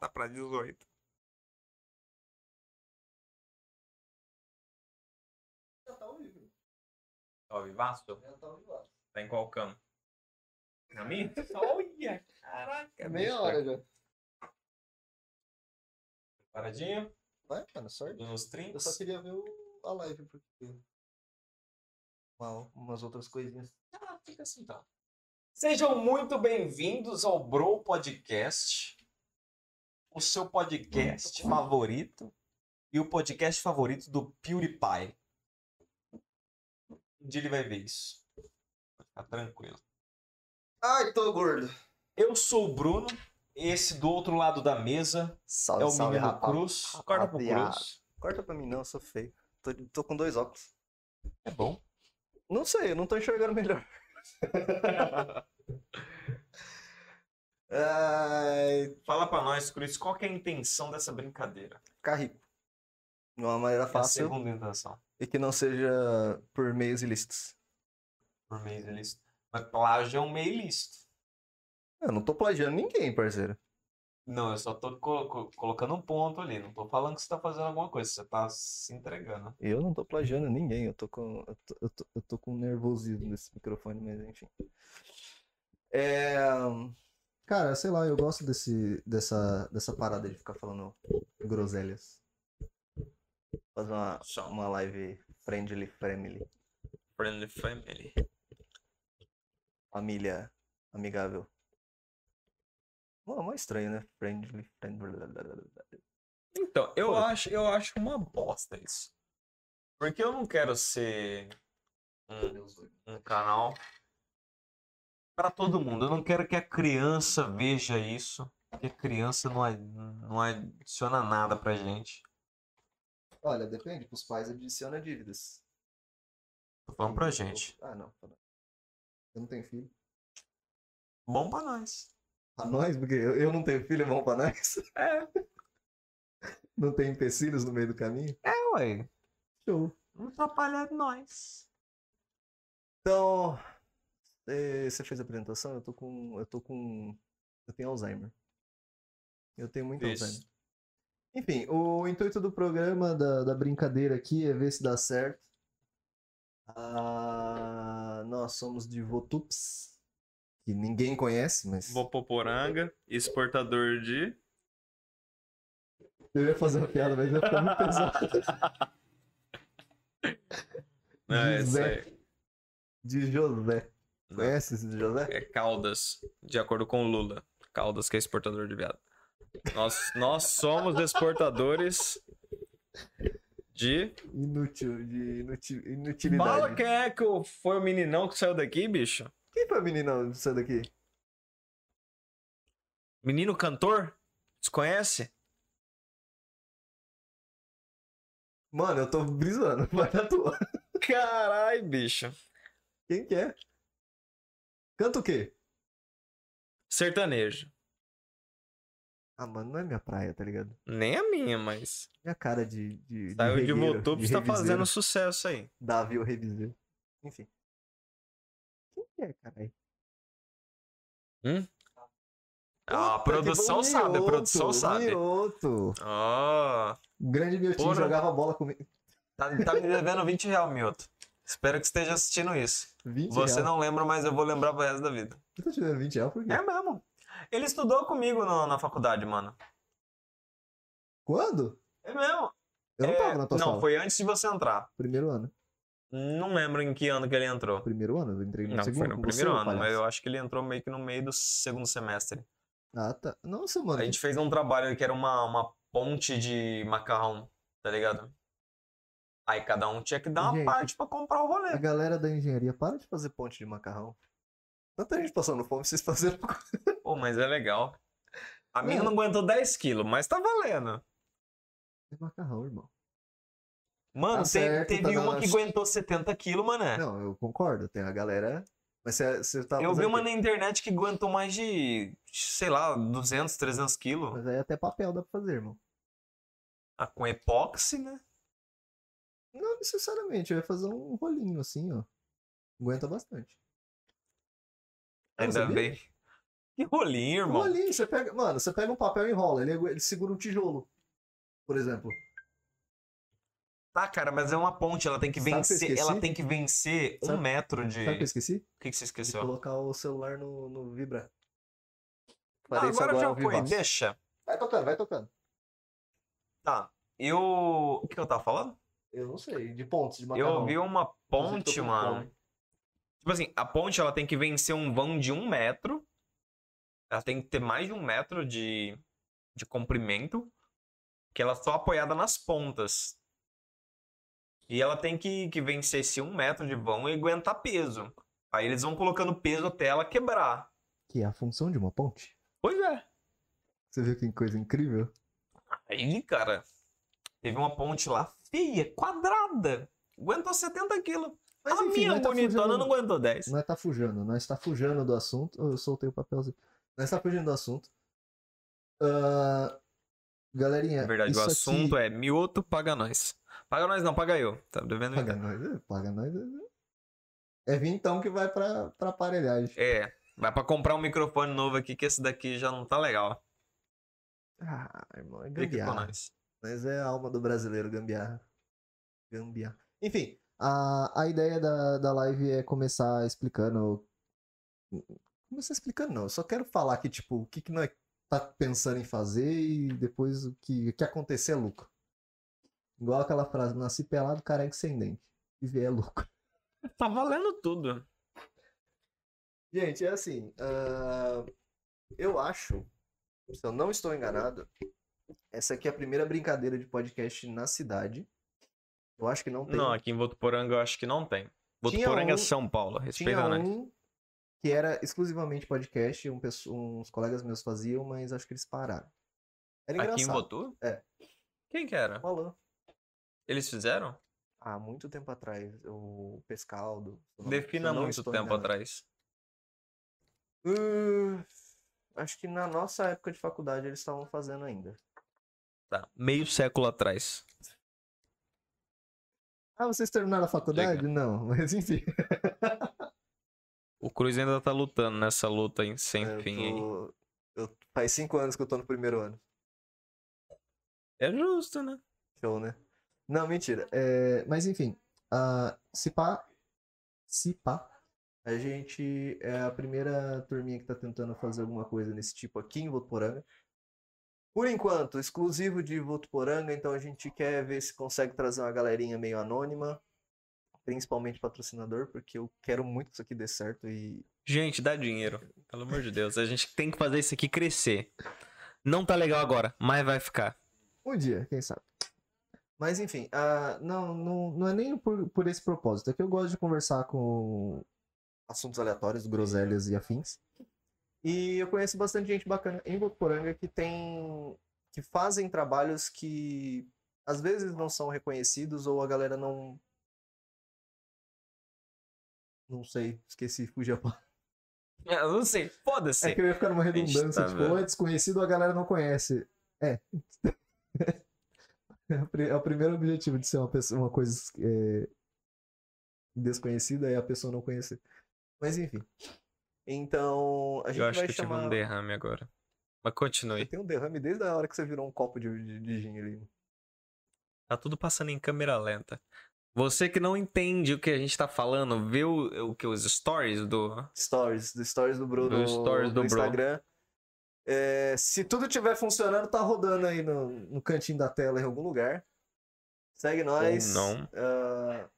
na 18. Já tá ao vivo. Tá ao vivaço? Já tá ao vivo. Tá em qual cama? Na minha? Olha, caraca. Meia bicho, hora já. Paradinha, Vai, mano, sorte. nos 30. Eu só queria ver o- a live, porque. Uma, umas outras coisinhas. Ah, fica assim, tá. Sejam muito bem-vindos ao Bro Podcast, o seu podcast favorito e o podcast favorito do PewDiePie. Um dia ele vai ver isso. Fica tranquilo. Ai, tô gordo. Eu sou o Bruno, esse do outro lado da mesa Salve, é o salve, menino rapaz. Cruz. Corta pro rapaziada. Cruz. Corta pra mim, não, eu sou feio. Tô, tô com dois óculos. É bom. Não sei, eu não tô enxergando melhor. Ai, Fala pra nós, Cruz, qual que é a intenção dessa brincadeira? É ficar rico. De uma maneira A Tá fácil segunda intenção, e que não seja por meios ilícitos. por meio ilícito. Mas plágio é um meio ilícito. Eu não tô plagiando ninguém, parceiro. Não, eu só tô co- co- colocando um ponto ali. Não tô falando que você tá fazendo alguma coisa, você tá se entregando. Eu não tô plagiando ninguém, eu tô com. Eu tô, eu tô, eu tô com um nervosismo nesse microfone, mas enfim. É, Cara, sei lá, eu gosto desse, dessa, dessa parada de ficar falando groselhas. Fazer uma, Só. uma live friendly family. Friendly Family. Família amigável. Mano, é mó estranho, né? Friendly, friendly. blá, blá, blá, blá. Então, eu Pô. acho, eu acho uma bosta isso. Porque eu não quero ser um, um canal pra todo mundo. Eu não quero que a criança veja isso. Porque a criança não, ad- não adiciona nada pra gente. Olha, depende, pros pais adiciona dívidas. Tô falando pra gente. Ah, não. Eu não tenho filho. Bom pra nós. Pra nós? Porque eu, eu não tenho filho, é bom pra nós? É, Não tem empecilhos no meio do caminho? ué. Show. Não atrapalha nós. Então, eh, você fez a apresentação? Eu tô com. Eu tô com. Eu tenho Alzheimer. Eu tenho muito Isso. Alzheimer. Enfim, o intuito do programa, da, da brincadeira aqui, é ver se dá certo. Ah, nós somos de Votups, que ninguém conhece, mas. Vopoporanga, exportador de. Eu ia fazer uma piada, mas ia ficar muito pesado. É, José. essa aí. De José. Não. Conhece esse José? é Caldas, de acordo com o Lula. Caldas que é exportador de viado. Nós, nós somos exportadores de. Inútil, de inuti- inutilidade. Fala quem é que o- foi o meninão que saiu daqui, bicho? Quem foi a menina disso daqui? Menino cantor? Desconhece? Mano, eu tô brisando, vai na tua. Carai, bicho. Quem que é? Canta o quê? Sertanejo. Ah, mano, não é minha praia, tá ligado? Nem a minha, mas. Minha cara de. de Saiu de regueiro, Motopes, tá reviseiro. fazendo sucesso aí. Davi o reviseiro. Enfim. Quem que é, caralho? Ah, a Puta, produção que bom, sabe, a Mioto, produção sabe. Mioto. Ó. Grande Miotinho Porra. jogava bola comigo. Tá, tá me devendo 20 real, Mioto. Espero que esteja assistindo isso. 20 Você é real. não lembra, mas eu vou lembrar pro resto da vida. Eu tô te dando 20 real por quê? É mesmo. Ele estudou comigo no- na faculdade, mano. Quando? É mesmo. Eu não É, tava na tua não, sala. foi antes de você entrar. Primeiro ano. Não lembro em que ano que ele entrou. Primeiro ano? Eu entrei no Não, segundo foi no com primeiro você, ô ano, palhaço? Mas eu acho que ele entrou meio que no meio do segundo semestre. Ah, tá. Nossa, mano. A gente fez um trabalho que era uma, uma ponte de macarrão, tá ligado? Aí cada um tinha que dar uma Gente. parte pra comprar o A rolê. galera da engenharia, para de fazer ponte de macarrão. Tanta gente passando fome, vocês fazendo. Pô, mas é legal. A minha Não. não aguentou 10 quilos, mas tá valendo. É macarrão, irmão. Mano, Tá te- certo, teve tá uma dando- que aguentou 70 quilos, mané. Não, eu concordo, tem a galera. Mas você, você tá. É. Eu vi fazendo uma o quê? na internet que aguentou mais de, sei lá, 200, 300 quilos. Mas aí até papel dá pra fazer, irmão. Ah, com epóxi, né? Não necessariamente, eu ia fazer um rolinho assim, ó. Aguenta bastante. Ah, Ainda sabia? bem. Que rolinho, irmão. Rolinho, você pega. Mano, você pega um papel e enrola. Ele, ele segura um tijolo. Por exemplo. Tá, cara, mas é uma ponte, ela tem que Sabe o que eu vencer. esqueci? Ela tem que vencer um Sabe- metro de. Sabe o que eu esqueci? O que, que você De esqueceu? colocar o celular no, no vibra. Ah, Farei isso agora ao já foi, vivaço. deixa. Vai tocando, vai tocando. Tá. Eu. O que eu tava falando? Eu não sei, de pontos, de Eu macarrão. ouvi uma Inclusive, tô ponte, com mano. fome. Tipo assim, a ponte ela tem que vencer um vão de um metro. Ela tem que ter mais de um metro de, de comprimento. Que ela é só apoiada nas pontas. E ela tem que, que vencer esse um metro de vão e aguentar peso. Aí eles vão colocando peso até ela quebrar. Que é a função de uma ponte. Pois é. Você viu que coisa incrível? Aí, cara, teve uma ponte lá feia, quadrada. Aguentou 70 quilos. Mas, a enfim, minha nós tá bonitona fugindo- não aguentou 10. Nós tá fugindo, nós tá fugindo do assunto. Oh, Eu soltei o papelzinho. Nós tá fugindo do assunto. Ah, galerinha, Na verdade, isso o aqui- assunto é Mioto paga nós. Paga nós não, paga eu. Tá me devendo. Paga nós, é, paga nós. é. É vintão que vai pra, pra aparelhagem. É, vai pra comprar um microfone novo aqui, que esse daqui já não tá legal. Ah, irmão, é Fica com gambiarra. nós. Mas é a alma do brasileiro, gambiarra. Gambiarra. Enfim, a, a ideia da, da live é começar explicando. Começar explicando, não. Eu só quero falar que, tipo, o que, que nós tá pensando em fazer e depois o que, o que acontecer é lucro. Igual aquela frase, nasci pelado, careca e sem dente. Viver é lucro. Tá valendo tudo. Gente, é assim. ah, eu acho, se eu não estou enganado, essa aqui é a primeira brincadeira de podcast na cidade. Eu acho que não tem. Não, aqui em Votuporanga eu acho que não tem. Tinha Votuporanga um- é São Paulo, Tinha respeita nós. um que era exclusivamente podcast, um pesso- uns colegas meus faziam, mas acho que eles pararam. Era Aqui em engraçado. Votu? É. Quem que era? Falou. Eles fizeram? Há muito tempo atrás, o Pescaldo. se eu não- se Defina eu não muito estou tempo enganado. atrás. Hum, acho que na nossa época de faculdade eles estavam fazendo ainda. Tá, meio século atrás. Ah, vocês terminaram a faculdade? Não, mas enfim. O Cruz ainda tá lutando nessa luta aí, sem É, Eu fim aí. tô- eu- Faz cinco anos que eu tô no primeiro ano. É justo, né? Show, né? Não, mentira. É, Mas enfim, ah, se pá, se pá, a gente é a primeira turminha que tá tentando fazer alguma coisa nesse tipo aqui em Votuporanga. Por enquanto, exclusivo de Votuporanga, então a gente quer ver se consegue trazer uma galerinha meio anônima, principalmente patrocinador, porque eu quero muito que isso aqui dê certo e, Gente, dá dinheiro. Pelo amor de Deus. A gente tem que fazer isso aqui crescer. Não tá legal agora, mas vai ficar. Um dia, quem sabe. Mas enfim, ah, não, não, não é nem por, por esse propósito. É que eu gosto de conversar com assuntos aleatórios, groselhas e afins. E eu conheço bastante gente bacana em Votuporanga que tem. que fazem trabalhos que às vezes não são reconhecidos ou a galera não. Não sei, esqueci, fugi a palavra. É, Eu não sei, foda-se. É que eu ia ficar numa gente redundância, tá tipo, vendo. ou é desconhecido ou a galera não conhece. É. É o pri- é o primeiro objetivo de ser uma, pessoa, uma coisa é, desconhecida é a pessoa não conhecer. Mas enfim. Então, a gente Eu acho vai que eu tive chamar. um derrame agora. Mas continue. Tem um derrame desde a hora que você virou um copo de, de, de gin ali. Tá tudo passando em câmera lenta. Você que não entende o que a gente tá falando, vê o, o que os stories do. Stories, do Stories do Bruno Do Stories do no Bro. Instagram. É, se tudo estiver funcionando, tá rodando aí no, no cantinho da tela em algum lugar. Segue nós. não. Ah,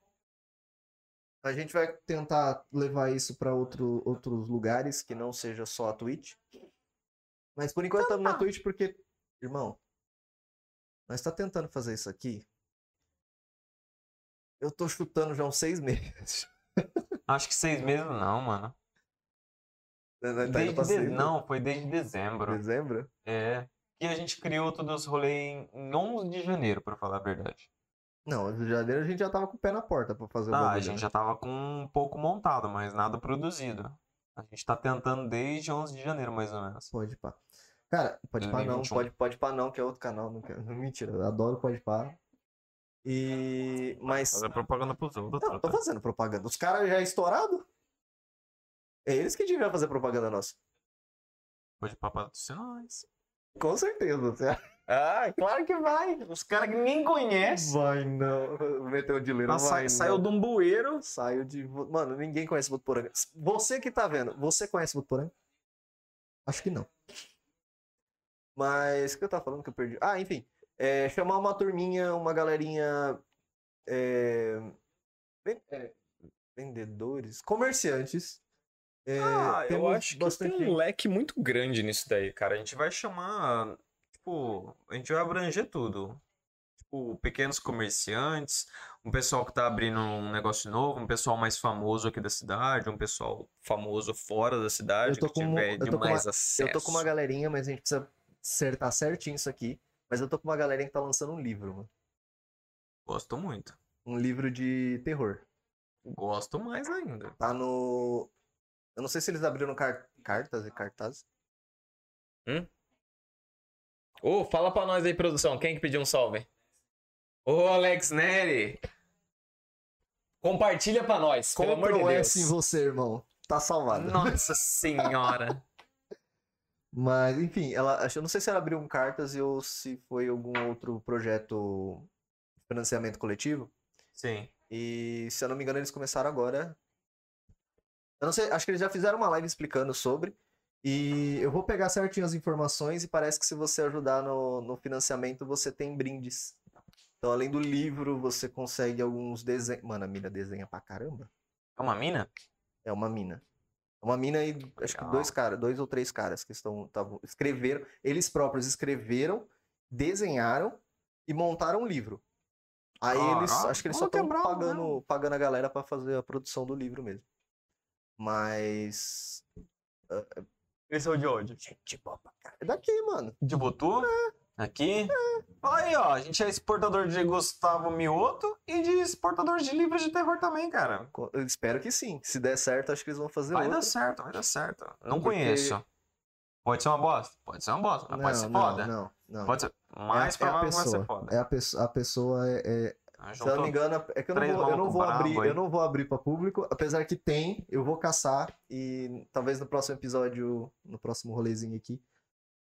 a gente vai tentar levar isso pra outro, outros lugares que não seja só a Twitch. Mas por enquanto estamos na Twitch porque, irmão, nós tá tentando fazer isso aqui. Eu tô chutando já uns seis meses. Acho que seis meses não, mano. Né, tá indo Desde pra de- seis, né? Não, foi desde dezembro. Dezembro? É. E a gente criou todos os rolês em em 11 de janeiro, pra falar a verdade. Não, em janeiro a gente já tava com o pé na porta pra fazer Ah, o Tá, a bagulho, gente né? já tava com um pouco montado, mas nada produzido. A gente tá tentando desde 11 de janeiro, mais ou tá. menos. Pode pá. Cara, pode pá não, 2021. pode, pode pá não, que é outro canal. Não quero... Mentira, eu adoro pode pá. E. Mas. Fazer propaganda pros outros. Não, tô fazendo É propaganda. Os caras já estourados? É eles que deviam fazer propaganda nossa. Pode patrocinar nós. Com certeza. Você Ah, claro que vai. Os caras que nem conhecem. vai não. Meteu de leira, Nossa, vai saiu não. de um bueiro. Saiu de... Vo- Mano, ninguém conhece Botuporanga. Você que tá vendo, você conhece Botuporanga? Acho que não. Mas o que eu tava falando que eu perdi? Ah, enfim. É, chamar uma turminha, uma galerinha... é, ven- é, vendedores? Comerciantes. É, Ah, eu temos acho que tem um leque muito grande nisso daí, cara. Cara, a gente vai chamar. Tipo, a gente vai abranger tudo. Tipo, pequenos comerciantes, um pessoal que tá abrindo um negócio novo, um pessoal mais famoso aqui da cidade, um pessoal famoso fora da cidade, Eu tô que com uma- tiver eu de tô com uma- mais Eu acesso. tô com uma galerinha, mas a gente precisa acertar certinho isso aqui. Mas eu tô com uma galerinha que tá lançando um livro, mano. Gosto muito. Um livro de terror. Gosto mais ainda. Tá no. Eu não sei se eles abriram car... cartas e cartazes. Ô, fala pra nós aí, produção. Quem que pediu um salve? Ô, Alex Neri! Compartilha pra nós, pelo amor de Ctrl Deus. S em você, irmão. Tá salvado. Nossa senhora. Mas, enfim, ela. Eu não sei se ela abriu um cartas ou se foi algum outro projeto de financiamento coletivo. Sim. E se eu não me engano, eles começaram agora. Eu não sei, acho que eles já fizeram uma live explicando sobre. E eu vou pegar certinho as informações e parece que se você ajudar no, no financiamento, você tem brindes. Então, além do livro, você consegue alguns desenhos. Mano, a mina desenha pra caramba. É uma mina? É uma mina. É Uma mina e acho que Legal. dois caras, dois ou três caras que estão. tavam- escreveram. Eles próprios escreveram, desenharam e montaram um livro. Aí eles. Caraca, Acho que eles só olha que estão brabo, pagando, pagando a galera pra fazer a produção do livro mesmo. Mas. Esse é o de onde? Gente, boa pra caralho. É daqui, mano. De Botu? É. Aqui? Olha aí, ó. A gente é exportador de Gustavo Mioto e de exportador de livros de terror também, cara. Co- Eu espero que sim. Se der certo, acho que eles vão fazer Vai é outro. dar certo, vai dar certo. Não Porque- conheço. Pode ser uma bosta? Pode ser uma bosta. Mas pode ser foda? Não, não. Pode ser. É a- Mais provável que vai ser foda. É a pessoa, a pessoa é- é, Ah, Se eu não juntou- me engano, é que eu três não vou, eu não malucos vou abrir, brabo aí. eu não vou abrir para público, apesar que tem, eu vou caçar e talvez no próximo episódio, no próximo rolezinho aqui,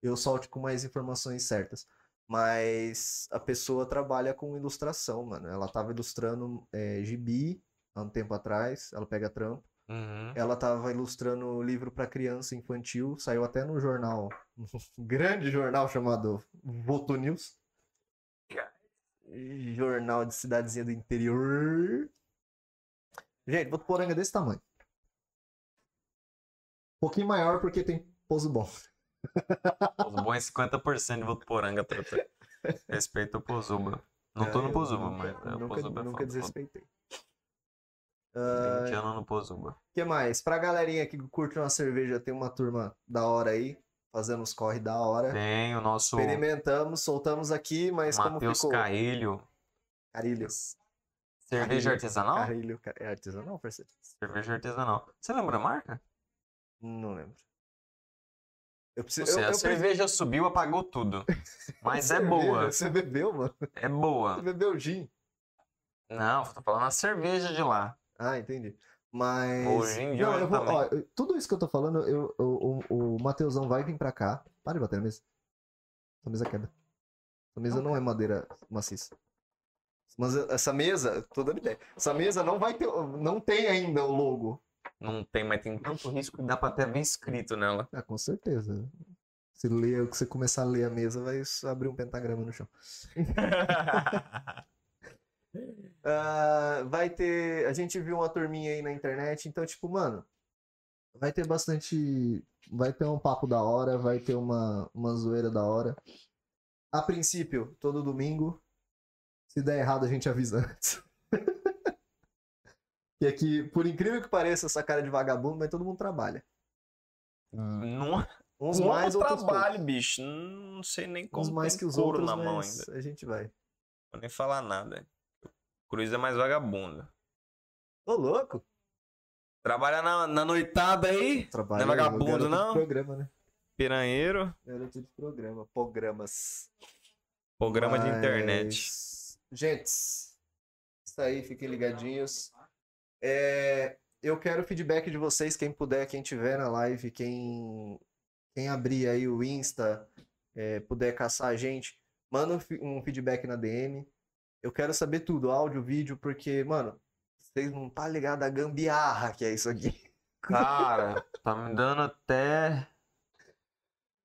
eu solte com mais informações certas. Mas a pessoa trabalha com ilustração, mano. Ela tava ilustrando é, gibi há um tempo atrás, ela pega trampo. Uhum. Ela tava ilustrando livro para criança infantil, saiu até no jornal, um grande jornal chamado Voto News. Jornal de cidadezinha do interior. Gente, Votuporanga é desse tamanho. Um pouquinho maior porque tem pouso bom. Os bons 50% de Votuporanga, treta. Respeito o Pozuba. Não tô É, Eu no Pozuba, nunca- mas é, o Nunca, Pozuba é nunca foda. foda. desrespeitei. Tem 20 anos no Pozuba. O que mais? Pra galerinha que curte uma cerveja, tem uma turma da hora aí, fazendo os corre da hora. Tem o nosso Experimentamos, soltamos aqui, mas como Matheus ficou? Carrilho. Carilho. Cerveja Carrilho. artesanal? Carilho, car- é artesanal, parceiro? Cerveja artesanal. Você lembra a marca? Não lembro. Eu Não preciso. sei, é a eu, eu preciso- cerveja subiu, apagou tudo. Mas é Cerveja, boa. Você bebeu, mano? É Você boa. bebeu gin? Não, tô falando a cerveja de lá. Ah, entendi. Mas. Hoje em dia Não, eu vou- também. ó, eu- tudo isso que eu tô falando, eu- o- o, o Mateusão vai vir pra cá. Para de bater na mesa. Essa mesa quebra. Essa mesa não é madeira maciça. Mas essa mesa, tô dando ideia. Essa mesa não vai ter. Não tem ainda o logo. Não tem, mas tem tanto risco que dá pra até ver escrito nela. Ah, com certeza. Se ler, o que você começar a ler a mesa, vai abrir um pentagrama no chão. Ah, vai ter. A gente viu uma turminha aí na internet, então, tipo, mano, vai ter bastante. Vai ter um papo da hora, vai ter uma, uma zoeira da hora. A princípio, todo domingo. Se der errado, a gente avisa antes. e aqui, por incrível que pareça, essa cara de vagabundo, mas todo mundo trabalha. Não Uns Um mais, outros poucos. trabalho, bicho. Não sei nem como Uns mais tem que os couro outros, na mão mas ainda. a gente vai. Vou nem falar nada. Cruz é mais vagabundo. Ô, louco! Trabalha na, na noitada aí, Trabalho, Não é vagabundo, garoto de não? programa, né? piranheiro. Garoto de programa, programas. Programa de Mas, internet. Gente, isso aí, fiquem ligadinhos. É, eu quero feedback de vocês, quem puder, quem tiver na live, quem Quem abrir aí o Insta, é, puder caçar a gente, manda um fi- um feedback na DM. Eu quero saber tudo, áudio, vídeo, porque, mano, vocês não tá ligado a gambiarra que é isso aqui. Cara, tá me dando até.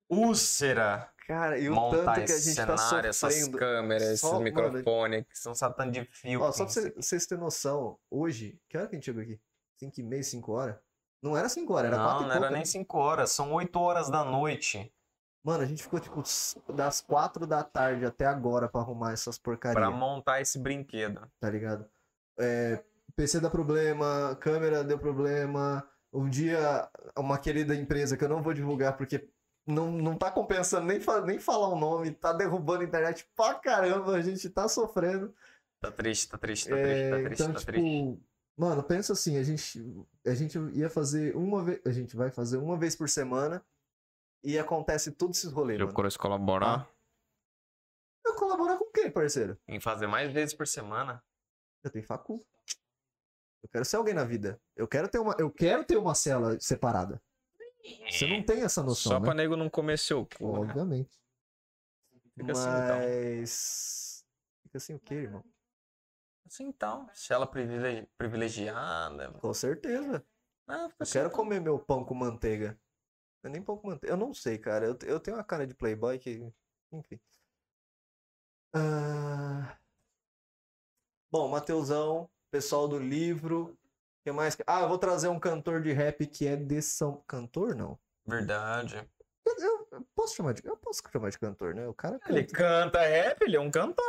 Úlcera. Cara, e o montar tanto que a esse gente tá cenário, essas sofrendo. câmeras, Só, esses mano, microfones. Que são um satã de fio. Ó, só pra cê- vocês terem noção, hoje, que hora que a gente chegou aqui? 5 e meia, 5 horas? Não era 5 horas, era 4 Não, e não era pouca, nem né? 5 horas, são 8 horas da noite. Mano, a gente ficou, tipo, s- das 4 da tarde até agora pra arrumar essas porcarias, Pra montar esse brinquedo. tá ligado? É, PC dá problema, câmera deu problema. Um dia, uma querida empresa que eu não vou divulgar porque não, não tá compensando nem, fa- nem falar o nome, tá derrubando a internet pra caramba, a gente tá sofrendo. Tá triste, tá triste, tá É, triste, tá triste, então, tá tipo, triste. mano, pensa assim, a gente, a gente ia fazer uma vez, a gente vai fazer uma vez por semana e acontece todos esses rolês, mano. Procura se colaborar Eu colaborar com quem, parceiro? Em fazer mais vezes por semana. Eu tenho facu. Eu quero ser alguém na vida. Eu quero ter uma, eu quero ter uma cela separada. Você É, não tem essa noção, só né? pra nego não comer seu cu. né? Obviamente. Fica assim então. Mas fica assim o quê, irmão? Assim então, se ela privilegi- privilegiada. Com certeza. Ah, fica Eu assim, quero então. comer meu pão com manteiga. Não é nem pão com manteiga. Eu não sei, cara. Eu, te- eu tenho uma cara de playboy que. Enfim. Ah, Bom, Mateusão, pessoal do livro. que mais? que- Ah, eu vou trazer um cantor de rap que é de São. Cantor, não? Verdade. Eu, eu- eu posso chamar de. Eu posso chamar de cantor, né? O cara Ele canta. canta rap, ele é um cantor.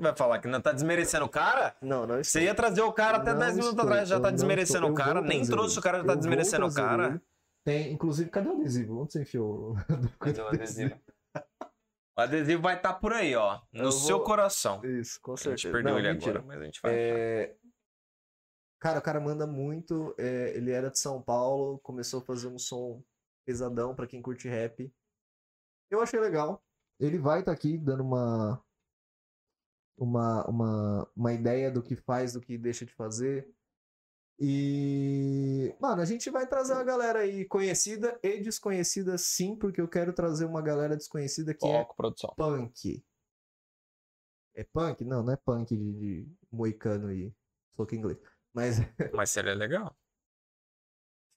Vai falar que não tá desmerecendo o cara? Não, não. Você ia trazer o cara até Não 10 minutos estou, atrás, já eu tá não desmerecendo estou. o Eu cara, vou nem trazer trouxe o cara, já Eu tá vou desmerecendo o trazer cara. ele. Tem, inclusive, cadê o adesivo? Onde você enfiou? o- Cadê um o adesivo? O adesivo vai estar por aí, ó. No Eu seu vou- coração. Isso, com A certeza. gente perdeu Não, ele mentira. agora, mas a gente vai. É, Cara, o cara manda muito. é, ele era de São Paulo, começou a fazer um som pesadão pra quem curte rap. Eu achei legal. Ele vai estar aqui dando uma, uma uma uma ideia do que faz, do que deixa de fazer. E, mano, a gente vai trazer uma galera aí conhecida e desconhecida sim, porque eu quero trazer uma galera desconhecida que é Foco, produção. punk. É punk? Não, não é punk de, de moicano e soco em inglês. Mas acho Mas seria legal.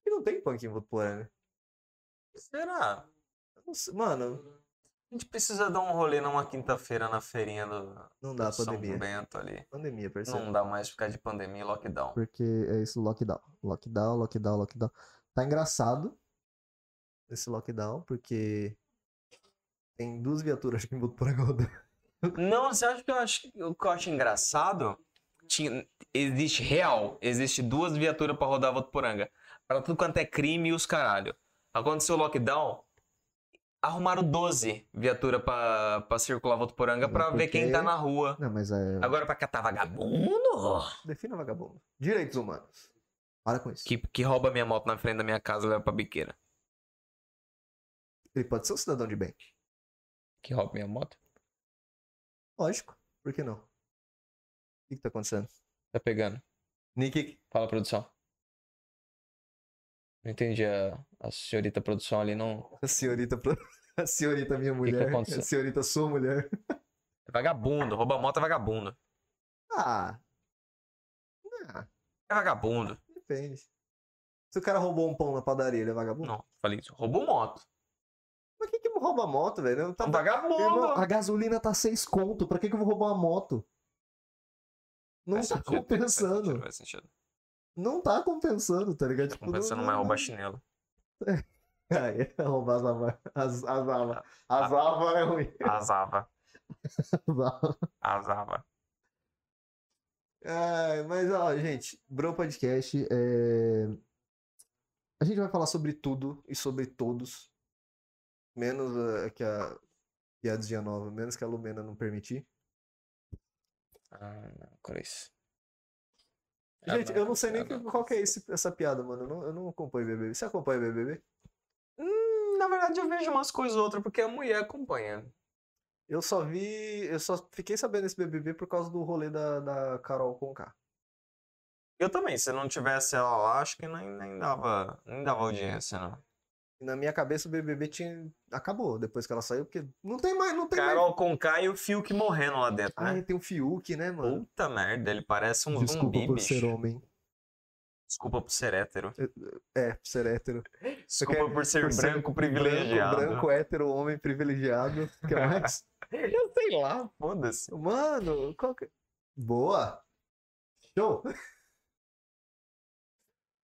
que não tem punk em Votuporã, né? Será? Eu não sei- Mano, A gente precisa dar um rolê numa quinta-feira na feirinha do não dá São pandemia. Bento ali. Pandemia, parceiro. Não dá mais ficar de pandemia e lockdown. Porque é isso, lockdown. Lockdown, lockdown, lockdown. Tá engraçado esse lockdown, porque tem duas viaturas que em Votuporã rodando. Não, você acha que eu acho o que eu acho engraçado? Tinha- existe real, existe duas viaturas pra rodar Votuporanga. Pra tudo quanto é crime e os caralho. Aconteceu o lockdown, arrumaram 12 viaturas pra, pra circular Votuporanga Mas pra ver porque- quem tá na rua. Não, mas é. Agora pra catar vagabundo? Defina vagabundo. Direitos humanos. Para com isso. Que, que rouba minha moto na frente da minha casa e leva pra biqueira. Ele pode ser um cidadão de bem. Que rouba minha moto? Lógico. Por que não? O que, que tá acontecendo? Tá pegando. Nick, Fala, produção. Não entendi a, a senhorita produção ali, não. A senhorita, pro- a senhorita minha que mulher. aconteceu? a senhorita sua mulher. É Vagabundo, rouba moto é vagabundo. Ah, É vagabundo. depende. Se o cara roubou um pão na padaria, ele é vagabundo? Não, falei isso. Roubou moto. Mas quem que rouba moto, velho? Não Tá... Um vagabundo. Irmão, a gasolina tá seis conto. Pra que, que eu vou roubar uma moto? Não Faz tá sentido, faz compensando. sentido, Faz sentido. Não tá compensando, tá ligado? Tá Tipo, não- compensando não- mais não- roubar chinelo. Ah, é, roubar as avas. As, as Ah, avas. As avas é ruim. Azava. ah. As avas. Azava. Ai, mas ó, gente, Bro Podcast é... A gente vai falar sobre tudo e sobre todos. Menos eh, que a piadinha nova, menos que a Lumena não permitir. Ah, não, Cruz. Ah, Gente, eu não sei nem ah, não. que- qual que é esse- essa piada, mano. Eu não, eu não acompanho BBB. Você acompanha BBB? Na verdade, eu vejo umas coisas ou outras, porque a mulher acompanha. Eu só vi... Eu só fiquei sabendo desse BBB por causa do rolê da, da Carol Conká. Eu também, se não tivesse ela lá, acho que nem, nem dava, nem dava audiência, não. Na minha cabeça o BBB tinha... acabou depois que ela saiu, porque não tem mais, não tem mais. Carol Conká e o Fiuk morrendo lá dentro, né? Ai, tem o Fiuk, né, mano? Puta merda, ele parece um Desculpa zumbi, por bicho. ser homem. Desculpa por ser hétero. É, por ser hétero. Desculpa quero- por ser por ser branco privilegiado. Branco, branco, hétero, homem privilegiado. O que mais? Eu sei lá, foda-se. Mano, qual que... Boa! Show!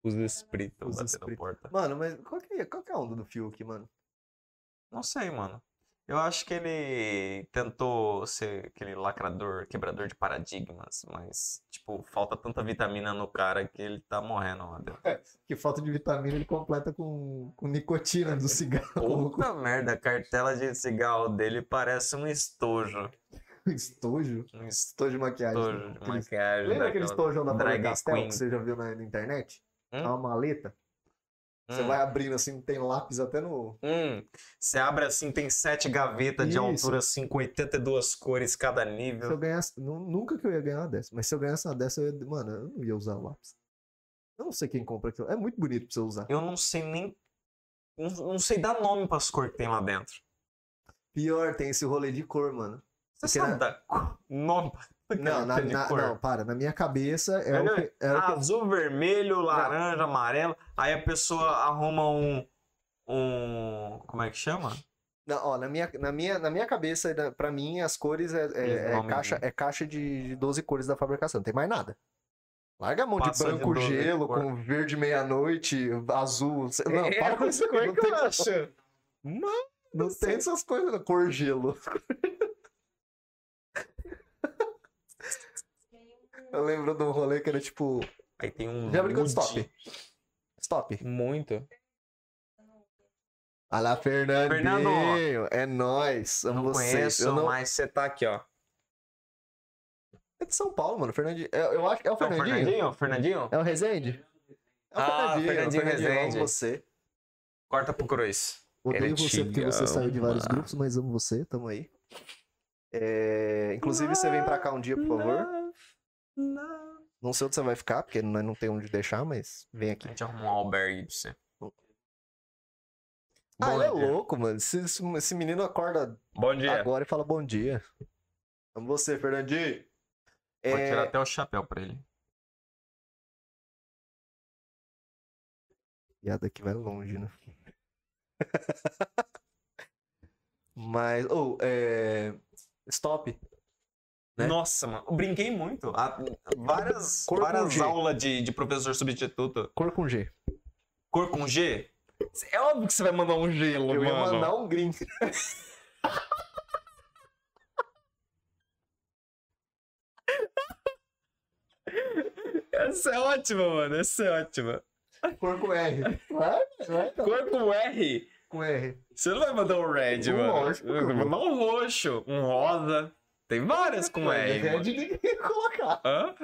Os espíritos. Tô Os batendo a espíritos. porta. Mano, mas qual que, é- qual que é a onda do Fiuk, mano? Não sei, mano. Eu acho que ele tentou ser aquele lacrador, quebrador de paradigmas, mas, tipo, falta tanta vitamina no cara que ele tá morrendo lá dentro. Que falta de vitamina ele completa com, com nicotina do cigarro. Puta merda, a cartela de cigarro dele parece um estojo. com estojo. Um estojo Estojo de maquiagem. de Aqueles- maquiagem. Lembra daquela aquele estojão da Paula drag Castel queen. que você já viu na, na internet? Hum? É uma maleta. Você Hum. vai abrindo assim, tem lápis até no. Hum, você abre assim, tem sete gavetas de Isso. altura, assim, com 82 cores cada Se eu nível. ganhasse. nu- Nunca que eu ia ganhar uma dessa, mas se eu ganhasse uma dessa, eu ia... mano, eu não ia usar lápis. Eu não sei quem compra aquilo. É muito bonito pra você usar. Eu não sei nem. Não, não sei dar nome pras cores que tem lá dentro. Pior, tem esse rolê de cor, mano. Você Porque sabe na- dar co- nome pra Não, na- caneta de na- cor? Ah, não, para. Na minha cabeça é o que. É o que... Azul, vermelho, laranja, amarelo. Aí a pessoa arruma um. Um. Como é que chama? Não, ó, na minha, na minha, na minha cabeça, na- pra mim, as cores é, é- é Nome caixa, de- é caixa de, de 12 cores da fabricação, não tem mais nada. Larga a mão de Passa de branco 12 gelo, cor. com verde meia-noite, azul. sei- Não, É, para com isso. Não, tem, acho. não tem essas coisas, não. Cor gelo. Eu lembro de um rolê que era tipo. Aí tem um. Já brincou de nude. stop? Stop. Muito. Alá, Fernando. Fernandinho. É nóis. Amo Não vocês. conheço, Eu não- mas você tá aqui, ó. É de São Paulo, mano. Fernandinho. Eu, eu acho que é o É o Fernandinho. Fernandinho? Fernandinho? É o Rezende? É o Ah, Fernandinho, Fernandinho é o Fernandinho, eu Rezende. é Amo você. Corta pro Cruz. Odeio Ele você te porque você saiu de vários ama. grupos, mas amo você, tamo aí. É, Inclusive, você vem pra cá um dia, por favor. Não sei onde você vai ficar, porque nós não tem onde deixar, mas vem A aqui. gente arruma um albergue pra você. Ah, Bom ele é dia. louco, mano. Esse, esse- esse menino acorda Bom dia. agora e fala bom dia. Amo você, Fernandinho. Vou É, tirar até o chapéu pra ele. Piada que vai longe, né? Mas, ou, é. Stop. Né? Nossa, mano. Eu brinquei muito. Há várias Cor com várias G. aulas de, de professor substituto. Cor com G. Cor com G? É óbvio que você vai mandar um gelo, Eu ia mano. mandar um green. um- Essa é ótima, mano. Essa é ótima. Cor com R. Vai, vai, tá. Cor com R. com R. Você não vai mandar um red, Um mano. lógico que eu Vai vou. mandar um roxo, um rosa. Tem várias com R, Red mano. é ninguém ia colocar. Hã?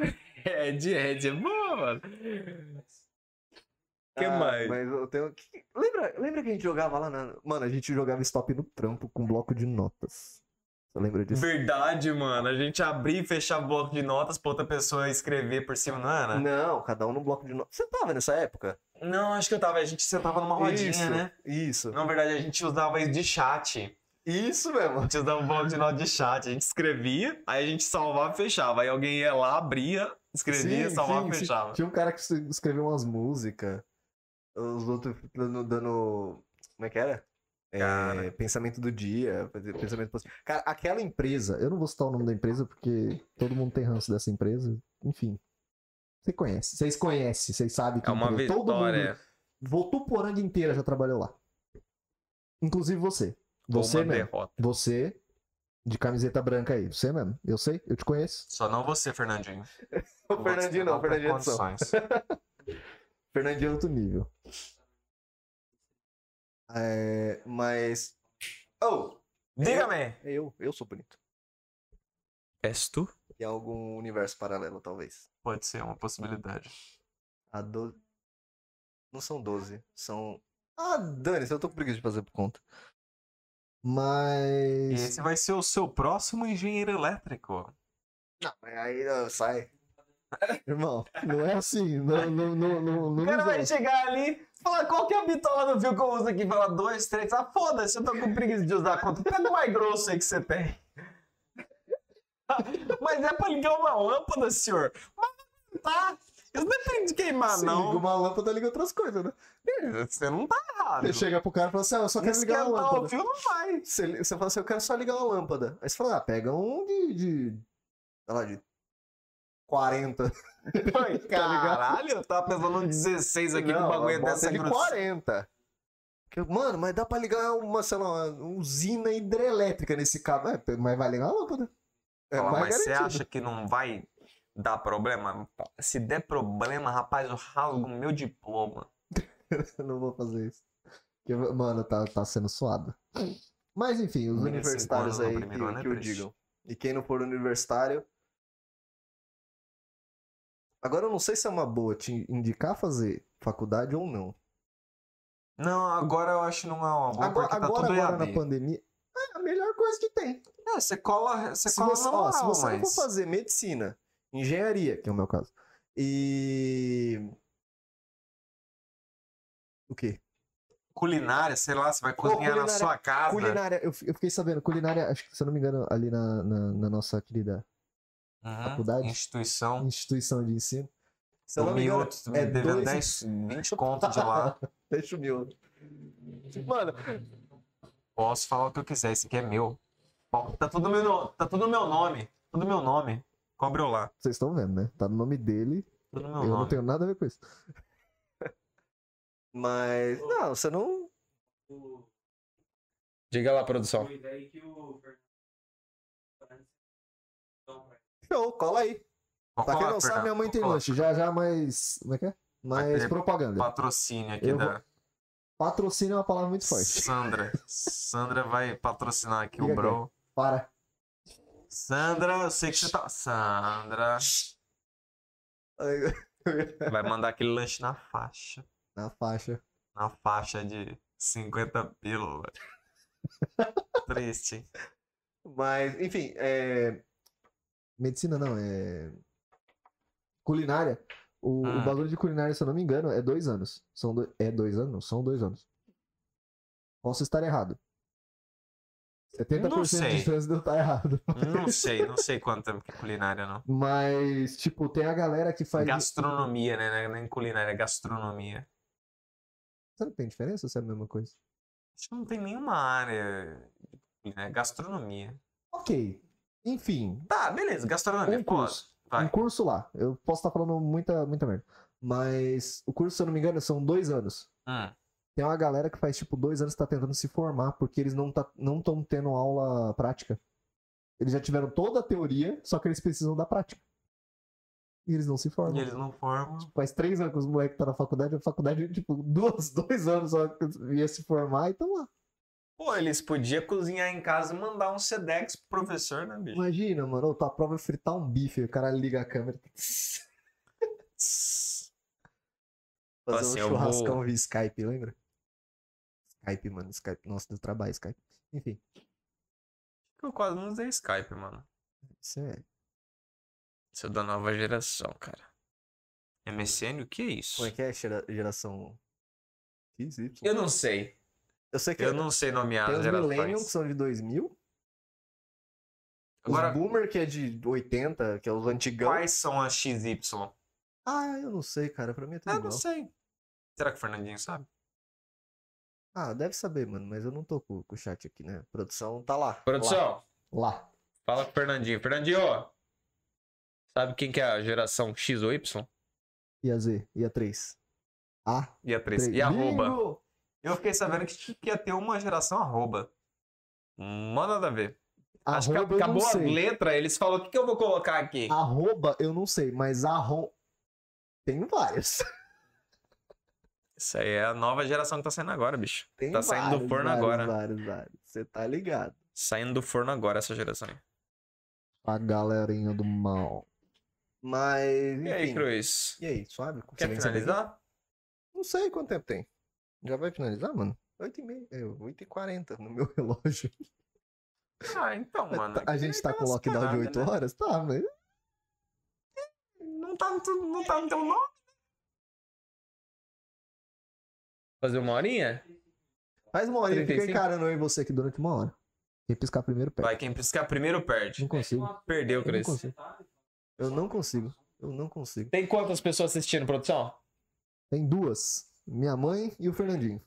Red, red é boa, mano. que Ah, mais? Mas eu tenho. que- Lembra, lembra que a gente jogava lá na. Mano, a gente jogava stop no trampo com bloco de notas. Você lembra disso? Verdade, mano. A gente abrir e fechar bloco de notas pra outra pessoa escrever por cima, não É. era? Não, cada um no bloco de notas. Você tava nessa época? Não, acho que eu tava. A gente sentava numa rodinha, Isso. né? Isso. Na verdade, a gente usava isso de chat. Isso A mesmo. gente usava um bloco de nota de chat. A gente escrevia, aí a gente salvava e fechava. Aí alguém ia lá, abria, escrevia, Sim, salvava sim, e sim. fechava. Tinha um cara que es- escreveu umas músicas. Os outros dando. dando- Como é que era? É, Ah. Cara. pensamento do dia, fazer pensamento positivo. Cara, aquela empresa, eu não vou citar o nome da empresa porque todo mundo tem ranço dessa empresa. Enfim. Você conhece, vocês conhecem, vocês sabem que É uma empresa- tipo, todo mundo- vitória. Votuporanga inteira já trabalhou lá. Inclusive você. ou Você uma mesmo. derrota. Você, de camiseta branca aí. Você mesmo. Eu sei, eu te conheço. Só não você, Fernandinho. O Fernandinho não, o Fernandinho é de São. condições. Fernandinho é outro nível. É, mas. Oh! Diga-me! Eu, eu sou bonito. És tu? Em algum universo paralelo, talvez. Pode ser uma possibilidade. A 12. Não são 12, são. Ah, dane eu tô com preguiça de fazer por conta. E Mas. esse vai ser o seu próximo engenheiro elétrico. Não, mas aí ó, sai. Irmão, não é assim. Não, não, não, não, não O cara nos- vai chegar ali, Fala, qual que é a bitola do fio que eu uso aqui? Fala, dois, três. Ah, foda-se, eu tô com preguiça de usar a conta. Pega o mais grosso aí que você tem. Mas é pra ligar uma lâmpada, senhor. Mas tá. Isso não depende de queimar, Você liga Ah, não. uma lâmpada, liga outras coisas, né? Você não tá errado. Você chega pro cara e fala assim, ah, eu só Não quero ligar a esquentar lâmpada. o fio não vai. Você, você fala assim, eu quero só ligar uma lâmpada. Aí você fala, ah, pega um de. de sei lá, de 40. Foi, ligado? caralho, eu tava pensando num 16 aqui com um bagulho bota dessa de grossa. 40. Que eu- Mano, mas dá pra ligar uma, sei lá, uma usina hidrelétrica nesse cabo. É, mas vai ligar a lâmpada. É Fala, mais mas você garantido. acha que não vai dar problema? Se der problema, rapaz, eu rasgo meu diploma. Eu não vou fazer isso. Porque, mano, tá, tá sendo suado. Mas enfim, os Menino de universitários cinco anos aí no que, primeiro ano é que o triste. digam. E quem não for universitário. Agora eu não sei se é uma boa te indicar fazer faculdade ou não. Não, agora eu acho que não é uma boa, agora porque tá agora, tudo agora EAD. na pandemia. É a melhor coisa que tem. É, você cola, você se cola você, na ó, se moral, você não mas... for fazer medicina, engenharia, que é o meu caso, e. O quê? Culinária, sei lá, você vai cozinhar na culinária- sua casa. Culinária, eu, fi- eu fiquei sabendo, culinária, acho que se eu não me engano, ali na, na, na nossa querida Uhum, faculdade. Instituição. instituição de ensino. Se eu Eu não me me engano, outro, me é devendo dois e- 10, 20 conto de lá. deixa o miolo. Mano, Posso falar o que eu quiser, isso aqui é meu. Ó, Tá tudo meu, no- tá tudo meu nome. Tudo meu nome. Cobre lá. vocês estão vendo, né? Tá no nome dele, Tudo meu eu não nome. tenho nada a ver com isso. Mas, não, você não. O- Diga lá, produção. Uma ideia é que o Fernando. Então, pra- Show, cola aí. Ó, Pra quem cola, não sabe, Fernando, minha mãe tem cola. lanche. Já, já, mais. Como é que é? Vai Mais ter propaganda. Patrocínio aqui Eu da Patrocínio é uma palavra muito forte. Sandra. Sandra vai patrocinar aqui Liga o aqui. Bro. Para. Sandra, eu sei que você tá. Sandra vai mandar aquele lanche na faixa. Na faixa. Na faixa de 50 pílula. Triste. hein? Mas, enfim, é... Medicina não, é... Culinária. O, Hum. o bagulho de culinária, se eu não me engano, é dois anos. São do... É dois anos? Não, São dois anos. Posso estar errado. 70% sei. de chance de eu estar errado. Não sei, não sei quanto tempo que é culinária, não. Mas, tipo, tem a galera que faz... Gastronomia, né? Não é Nem culinária, é gastronomia. Será que tem diferença ou se é a mesma coisa? Acho que não tem nenhuma área. de culinária, é Gastronomia. Ok. Enfim, Tá, beleza, gastronomia. Um pô, curso. vai. um curso lá. Eu posso estar falando muita, muita merda. Mas o curso, se eu não me engano, são dois anos. Hum, Tem uma galera que faz, tipo, dois anos que tá tentando se formar, porque eles não estão não tão tendo aula prática. Eles já tiveram toda a teoria, só que eles precisam da prática. E eles não se formam. Hum, E eles não formam. Tipo, faz três anos que os moleques estão na faculdade, a faculdade, tipo, duas, dois anos só que ia se formar e tão lá. Pô, eles podiam cozinhar em casa e mandar um Sedex pro professor, né, bicho? Imagina, mano, ô, tua prova é fritar um bife, o cara liga a câmera. Fazer Assim, um eu vou- churrascão via Skype, lembra? Skype, mano, Skype. Nossa, deu trabalho Skype. Enfim, Eu quase não usei Skype, mano. isso é. Isso é da nova geração, cara. MSN, o que é isso? Como é que é gera- geração X, Y? Eu não sei. Eu sei que Eu não sei nomear tem as os Millennium que gerações. são de 2000. Agora, Os Boomer que é de 80, que é os antigão. quais são as XY? Ah, eu não sei, cara. Pra mim é tudo Ah, igual. não sei. Será que o Fernandinho sabe? Ah, deve saber, mano, mas eu não tô com, com o chat aqui, né? Produção tá lá. Produção, Lá. lá. fala com o Fernandinho. Fernandinho, sabe quem que é a geração X ou Y? E a Z, e a 3. A. E a 3. 3. E arroba. Bingo! Eu fiquei sabendo que, que ia ter uma geração arroba. Mó nada a ver. Acho que Arroba, eu não Acabou a sei. Ah. letra, eles falaram, o que, que eu vou colocar aqui? Arroba, eu não sei, mas arro... Tem várias. Isso aí é a nova geração que tá saindo agora, bicho. Tem Tá saindo do vários, forno vários, agora. vários, vários. Você tá ligado. Saindo do forno agora essa geração. aí. A galerinha do mal. Mas, enfim. E aí, Cruz? E aí, suave? Quer Consegue saber? finalizar? Não sei quanto tempo tem. Já vai finalizar, mano? 8h30, é, 8h40 no meu relógio. Ah, então, mano. a gente tá com lockdown de né? 8 horas? horas? Tá, mas... né? Não tá, no tu- não tá no teu nome? Fazer uma horinha? Faz uma hora, fica 35? encarando eu e você aqui durante uma hora. Quem piscar primeiro perde. Vai, quem é piscar primeiro perde. Não consigo. Perdeu, Eu não Cris. consigo. Eu não consigo. Eu não consigo. Tem quantas pessoas assistindo, produção? Tem duas. Minha mãe e o Fernandinho.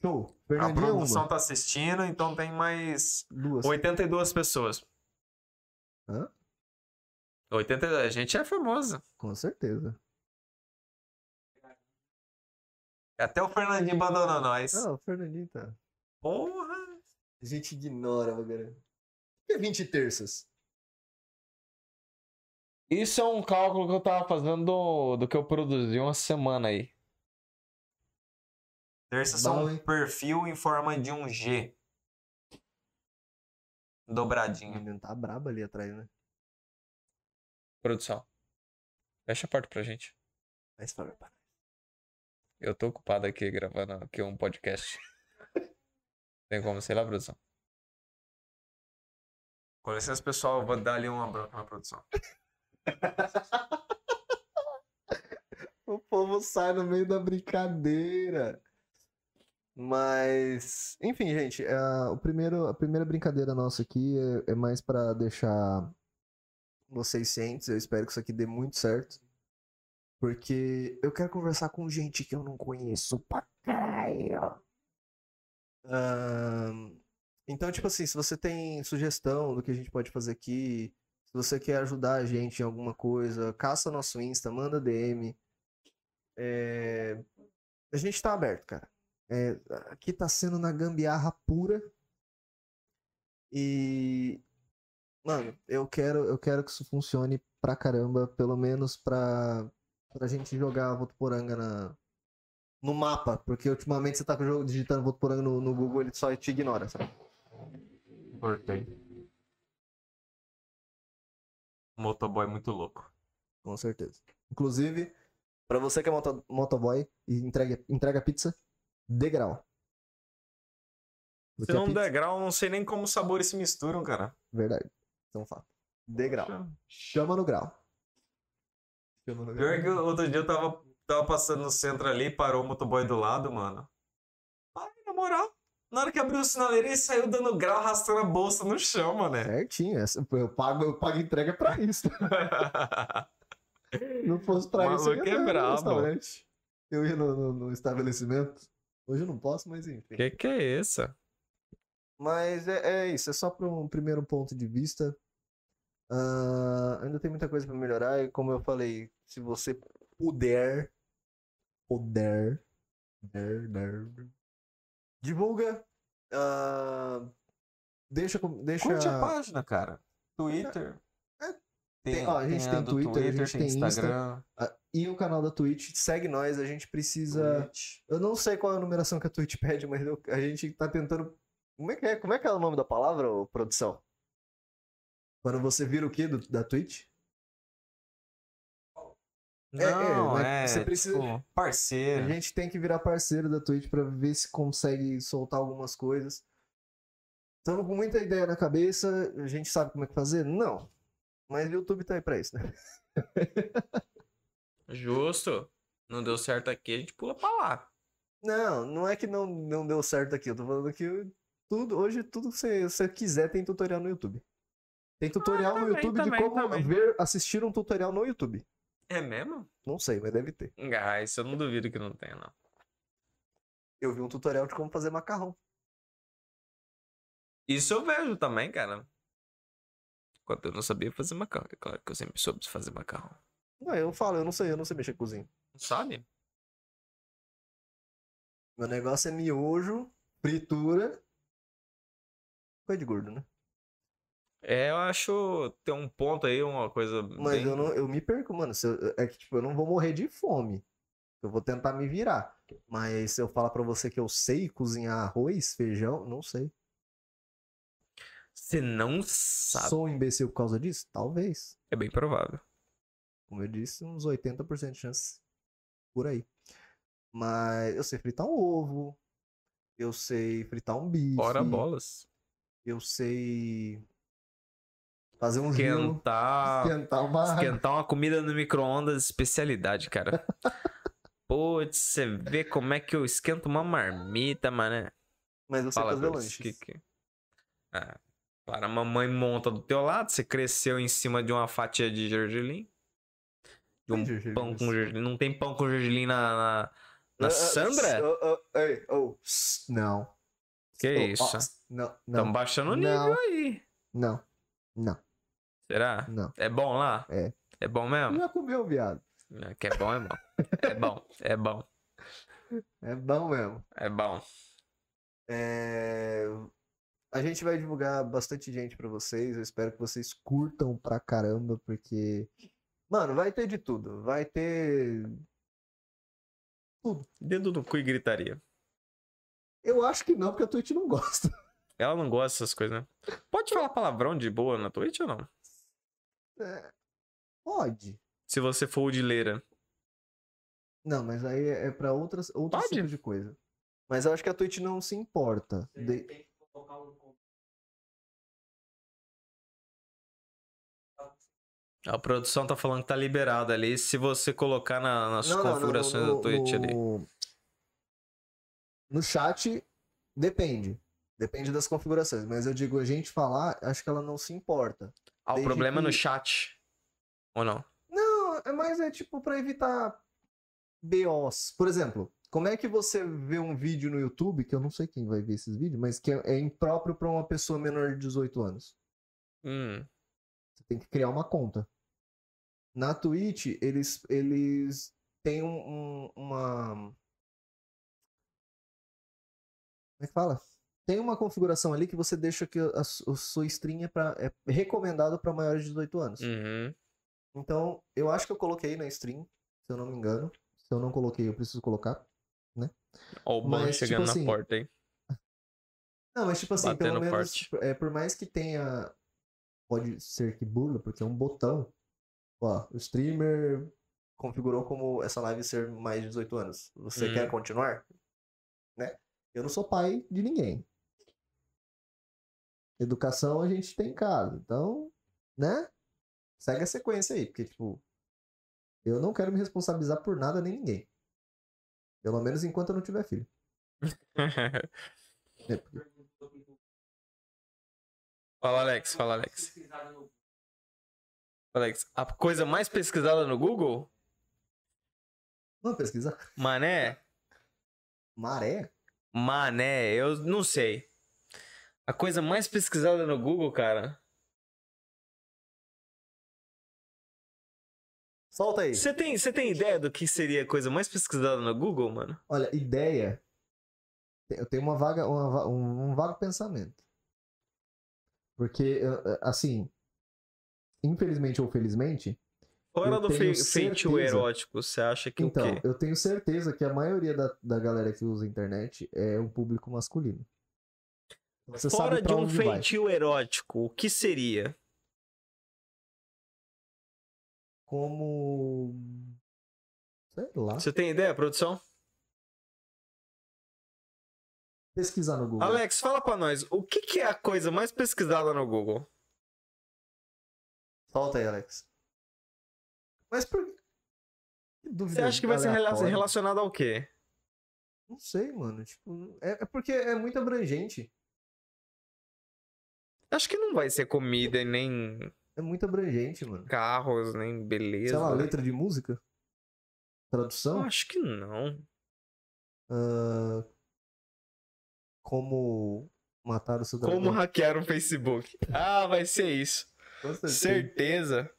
Show. A Fernandinho é produção uma. tá assistindo, então tem mais Duas. 82 pessoas. Hã? 82. A gente é famoso. Com certeza. Até o Fernandinho abandonou nós. Ah, o Fernandinho tá. Porra! A gente ignora, galera. O que é 20 terças? Isso é um cálculo que eu tava fazendo do, do que eu produzi uma semana aí. Terça Tá Bom, são um hein? perfil em forma de um G. O Dobradinho. menino tá brabo ali atrás, né? Produção. Fecha a porta pra gente. Mas para. para. Eu tô ocupado aqui gravando aqui um podcast. Tem como, sei lá, produção. Com licença, pessoal, eu vou dar ali uma bronca na produção. O povo sai no meio da brincadeira. Mas, enfim, gente, a, o primeiro, a primeira brincadeira nossa aqui é, é mais pra deixar vocês cientes. Eu espero que isso aqui dê muito certo. Porque eu quero conversar com gente que eu não conheço pra caralho. Ahn, então, tipo assim, se você tem sugestão do que a gente pode fazer aqui, se você quer ajudar a gente em alguma coisa, caça nosso Insta, manda DM. É, A gente tá aberto, cara. É, Aqui tá sendo na gambiarra pura. E. Mano, eu quero, eu quero que isso funcione pra caramba, pelo menos pra, pra gente jogar Votuporanga na, no mapa, porque ultimamente você tá jo- digitando Votuporanga no, no Google, ele só te ignora, sabe? Cortei. Motoboy muito louco. Com certeza. Inclusive, pra você que é moto- motoboy e entrega, entrega pizza, degrau. Se Porque a não pizza- degrau, não sei nem como os sabores se misturam, cara. Verdade. Isso é um fato. Degrau. Chama no grau. Chama no Pior que outro dia eu tava, tava passando no centro ali, parou o motoboy do lado, mano. Ai, na moral. Na hora que abriu o sinaleiro, ele saiu dando grau, arrastando a bolsa no chão, mané. Certinho. essa- Eu pago, eu pago entrega pra isso. É. não fosse pra O isso, eu maluco ia é no brabo. restaurante. Eu ia no, no- no estabelecimento. Hoje eu não posso, mas enfim. Que que é isso? Mas é, é isso, é só para um primeiro ponto de vista. Ah, ainda tem muita coisa para melhorar, e como eu falei, se você puder, puder, der, der, divulga, ah, deixa, com- deixa, Curte a página, cara. Twitter. É. Tem- ó, a gente tem do Twitter, a gente tem Insta, Instagram. ah, e o canal da Twitch, segue nós, a gente precisa, Twitch. eu não sei qual é a numeração que a Twitch pede, mas eu- a gente tá tentando. Como é que é? Como é que é o nome da palavra, ô, produção? Quando você vira o quê do- da Twitch? É, é, Não, né? é, Você precisa- tipo, A É. parceiro. gente tem que virar parceiro da Twitch pra ver se consegue soltar algumas coisas. Estamos com muita ideia na cabeça, a gente sabe como é que fazer? Não. Mas o YouTube tá aí pra isso, né? Justo. Não deu certo aqui, a gente pula pra lá. Não, não é que não, não deu certo aqui. Eu tô falando que tudo, hoje tudo que você, você quiser tem tutorial no YouTube. Tem tutorial no Ah, também, YouTube também, de como também. ver, assistir um tutorial no YouTube. É mesmo? Não sei, mas deve ter. Ah, isso eu não duvido que não tenha, não. Eu vi um tutorial de como fazer macarrão. Isso eu vejo também, cara. Quando eu não sabia fazer macarrão. É claro que eu sempre soube fazer macarrão. Não, eu falo, eu não sei, eu não sei mexer com cozinha. Não sabe? Meu negócio é miojo, fritura. Coisa de gordo, né? É, eu acho. Tem um ponto aí, uma coisa. Mas bem- eu, não, eu me perco, mano. se eu- é que, tipo, eu não vou morrer de fome. Eu vou tentar me virar. Mas se eu falar pra você que eu sei cozinhar arroz, feijão, não sei. Você não sabe. Sou um imbecil por causa disso? Talvez. É bem provável. Como eu disse, uns 80% de chance por aí. Mas eu sei fritar um ovo. Eu sei fritar um bife. Ora bolas. Eu sei fazer um gelo, Esquentar. esquentar uma Esquentar uma comida no micro-ondas, especialidade, cara. Putz, você vê como é que eu esquento uma marmita, mané. Mas você Fala, fazer Doris, lanches. que que... Ah, para a mamãe monta do teu lado, você cresceu em cima de uma fatia de gergelim. De um Tem gergelim pão com nesse- gergelim. Não tem pão com gergelim na, na, na Ah, ah, Sandra? ah, ah, ei, oh, pss, não. Que Oh, isso? Então ó, pss, Não, não, Estamos baixando o nível Não. aí. não, não, Será? não. É bom lá? É. É bom mesmo? Já comeu, viado. É, que é bom, é bom. É bom, é bom, É bom mesmo. é bom. É, A gente vai divulgar bastante gente pra vocês. Eu espero que vocês curtam pra caramba, porque. Mano, vai ter de tudo. Vai ter. Dedo no cu e gritaria. Eu acho que não, porque a Twitch não gosta. Ela não gosta dessas coisas, né? Pode falar palavrão de boa na Twitch ou não? Pode. Se você for o de leira. Não, mas aí é pra outras, outros Pode? tipos de coisa. Mas eu acho que a Twitch não se importa. Você De- tem que colocar um ponto. A produção tá falando que tá liberada ali. Se você colocar na- nas Não, não, não, configurações no- da Twitch ali. no- No chat, depende. Depende das configurações. Mas eu digo, a gente falar, acho que ela não se importa. Ah, o desde problema é no que- chat. Ou não? Não, é mais é tipo pra evitar BOs. Por exemplo, como é que você vê um vídeo no YouTube, que eu não sei quem vai ver esses vídeos, mas que é, é impróprio pra uma pessoa menor de 18 anos? Hum. Você tem que criar uma conta. Na Twitch, eles, eles têm um, um- uma. Como é que fala? Tem uma configuração ali que você deixa que a, su- a sua stream é, pra, é recomendado para maiores de 18 anos. Uhum. Então, eu acho que eu coloquei na stream, se eu não me engano. Se eu não coloquei, eu preciso colocar. Ó, o banho Mas, tipo chegando assim, na porta, hein? Não, mas tipo assim, pelo Batendo menos, forte. é, por mais que tenha. Pode ser que burla, porque é um botão. Ó, o streamer configurou como essa live ser mais de 18 anos. Você Hum. quer continuar? Né? Eu não sou pai de ninguém. Educação a gente tem em casa. Então, né? Segue a sequência aí, porque, tipo, eu não quero me responsabilizar por nada nem ninguém. Pelo menos enquanto eu não tiver filho. É, porque fala, Alex, fala, Alex. Alex, a coisa mais pesquisada no Google? Vamos pesquisar. Mané? Maré? Mané, eu não sei. A coisa mais pesquisada no Google, cara. Solta aí. Você tem, você tem ideia do que seria a coisa mais pesquisada no Google, mano? Olha, ideia. Eu tenho uma vaga, uma va- um, um vago pensamento. Porque, eu- eu- assim, infelizmente ou felizmente, Fora Eu do tenho fe certeza. feitio erótico, você acha que então, o quê? eu tenho certeza que a maioria da, da galera que usa a internet é um público masculino. Você Fora sabe de pra um onde vai. feitio erótico, o que seria? Como. Sei lá. Você tem ideia, produção? Pesquisar no Google. Alex, fala pra nós, o que, que é a coisa mais pesquisada no Google? Solta aí, Alex. Mas por que Você dúvida acha que vai ser rela- aleatória? relacionado ao quê? Não sei, mano. Tipo, é, é porque é muito abrangente. Acho que não vai ser comida, e nem É muito abrangente, mano. carros, nem Sei beleza. lá, né? letra de música? Eu Tradução? acho que não. Ah, como matar o seu Como dragão? hackear o Facebook. Ah, vai ser isso. Com certeza. Certeza.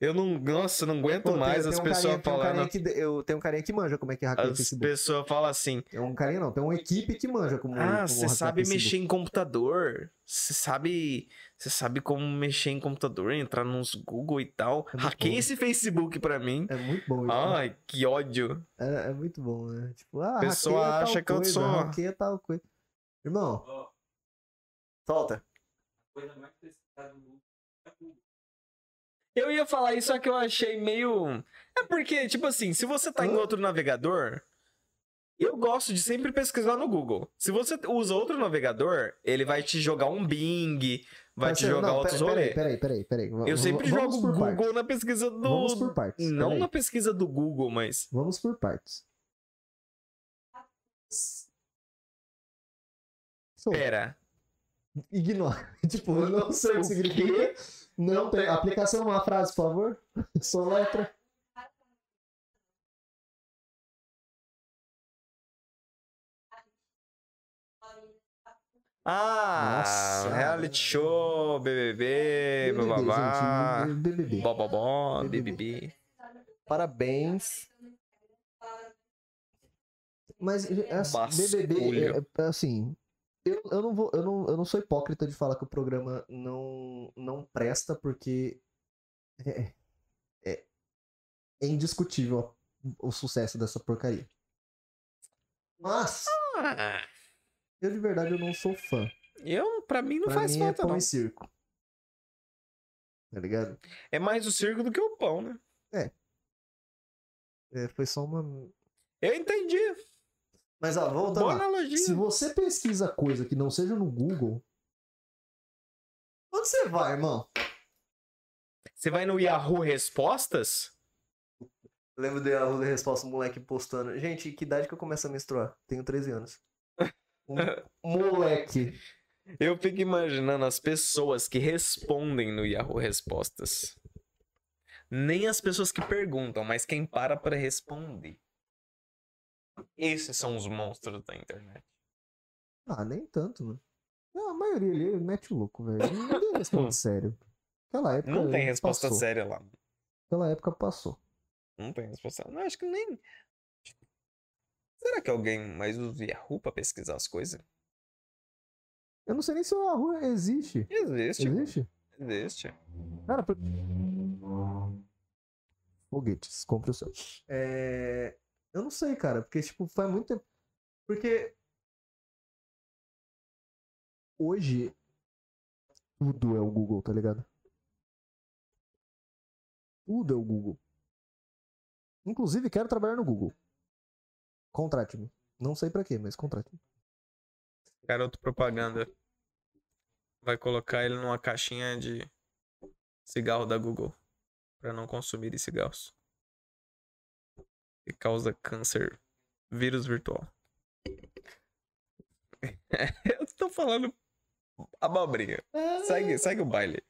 Eu não. Nossa, eu não aguento Pô, tem- mais tem as um pessoas carinha- tem um carinha falando. que de- eu tenho um carinha que manja como é que hackeia o As Facebook. pessoas falam assim. É um carinha não, tem uma equipe que manja como Ah, como você hackear o sabe Facebook. mexer em computador. Você sabe. Você sabe como mexer em computador, entrar nos Google e tal. É muito Hackeia bom. esse Facebook pra mim. É muito bom isso. né? Ai, que ódio. É, é muito bom, né? Tipo, ah, Pessoa hackeia acha tal que eu coisa, sou- hackeia tal coisa. Irmão, Ó, solta. coisa mais pesquisada no Google é Google. Eu ia falar isso, só que eu achei meio. É porque, tipo assim, se você tá em Hã? outro navegador, eu gosto de sempre pesquisar no Google. Se você usa outro navegador, ele vai te jogar um Bing, vai te Parceiro, jogar não, outros pera- rolês. Peraí, peraí, peraí. peraí. Eu V- sempre v- vamos jogo por partes. Google na pesquisa do. Vamos por partes. Não peraí. na pesquisa do Google, mas. Vamos por partes. Sou. Pera. Ignora. tipo, eu não sei o que significa. Não tem. Aplicação, é uma frase, por favor. Só letra. Ah, Nossa. reality show, BBB, BBB, bababá, gente, BBB. bobobó, BBB. BBB. Parabéns. Mas, é assim, Basculho. BBB, é- é assim, eu, eu, não vou, eu, não, eu não sou hipócrita de falar que o programa não, não presta, porque é, é- é indiscutível a- o sucesso dessa porcaria. Mas, Ah, eu de verdade eu não sou fã. eu, pra mim não pra faz mim falta, é pão não. e circo. Tá ligado? É mais o circo do que o pão, né? É, foi só uma Eu entendi. Mas ó, voltando Boa lá. analogia. Então tá. Se você pesquisa coisa que não seja no Google, onde você vai, irmão? Você vai no Yahoo Respostas? Eu lembro de a resposta um moleque postando. Gente, que idade que eu começo a menstruar? Tenho 13 anos. Um moleque. Eu fico imaginando as pessoas que respondem no Yahoo Respostas. Nem as pessoas que perguntam, mas quem para pra responder. Esses são os monstros da internet. Ah, nem tanto, mano. Não, a maioria ali mete o louco, velho. Não tem resposta sério. Aquela época. Hum. Não tem resposta Hum, passou. séria lá. Aquela época passou. Não tem resposta. Não, acho que nem. Será que alguém mais usa o Yahoo pra pesquisar as coisas? Eu não sei nem se a rua existe. Existe. mano. Existe? Existe. Cara, por... Foguetes, compre o seu. É... Eu não sei, cara, porque, tipo, faz muito tempo. Porque. Hoje. Tudo é o Google, tá ligado? Tudo é o Google. Inclusive, quero trabalhar no Google. Contrate-me. Não sei pra quê, mas contrate-me. Garoto propaganda. Vai colocar ele numa caixinha de cigarro da Google. Pra não consumir cigarros. Que causa câncer. Vírus virtual. Eu tô falando abobrinha. Segue, segue o baile.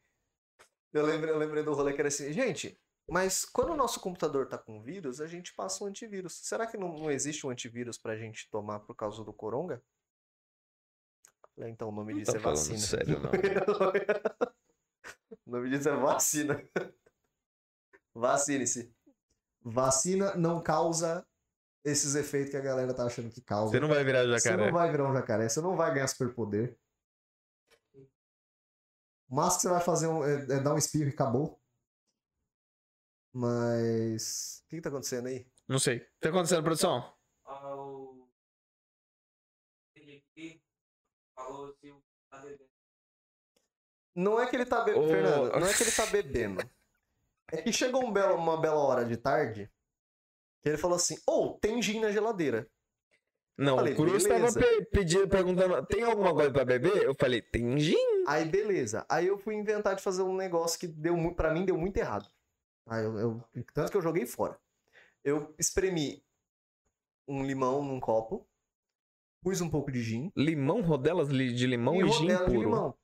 Eu lembrei, eu lembrei do rolê que era assim, gente, mas quando o nosso computador tá com vírus, a gente passa um antivírus. Será que não, não existe um antivírus pra gente tomar por causa do coronga? Falei, Então o nome Não disso tá é falando vacina. sério, não. o nome disso é vacina. Vacine-se. Vacina não causa esses efeitos que a galera tá achando que causa. Você não vai virar Você não jacaré. vai virar um jacaré, você não vai ganhar superpoder. O máximo que você vai fazer um- é, é dar um espirro e acabou. Mas. O que, que tá acontecendo aí? Não sei. O que tá acontecendo, produção? ao Felipe falou se o tá devendo. Não é que ele tá bebendo. Ô. Fernando, não é que ele tá bebendo. É que chegou um belo- uma bela hora de tarde que ele falou assim: ou tem gin na geladeira. Não, Falei, o Cruz beleza. tava pe- pedindo, perguntando, tem alguma coisa pra beber? Eu falei, tem gin. Aí beleza. Aí eu fui inventar de fazer um negócio que deu muito, para mim deu muito errado. Aí eu, eu- tanto que eu joguei fora. Eu espremi um limão num copo, pus um pouco de gin Limão, rodelas li- de limão e, gin rodela puro. de limão.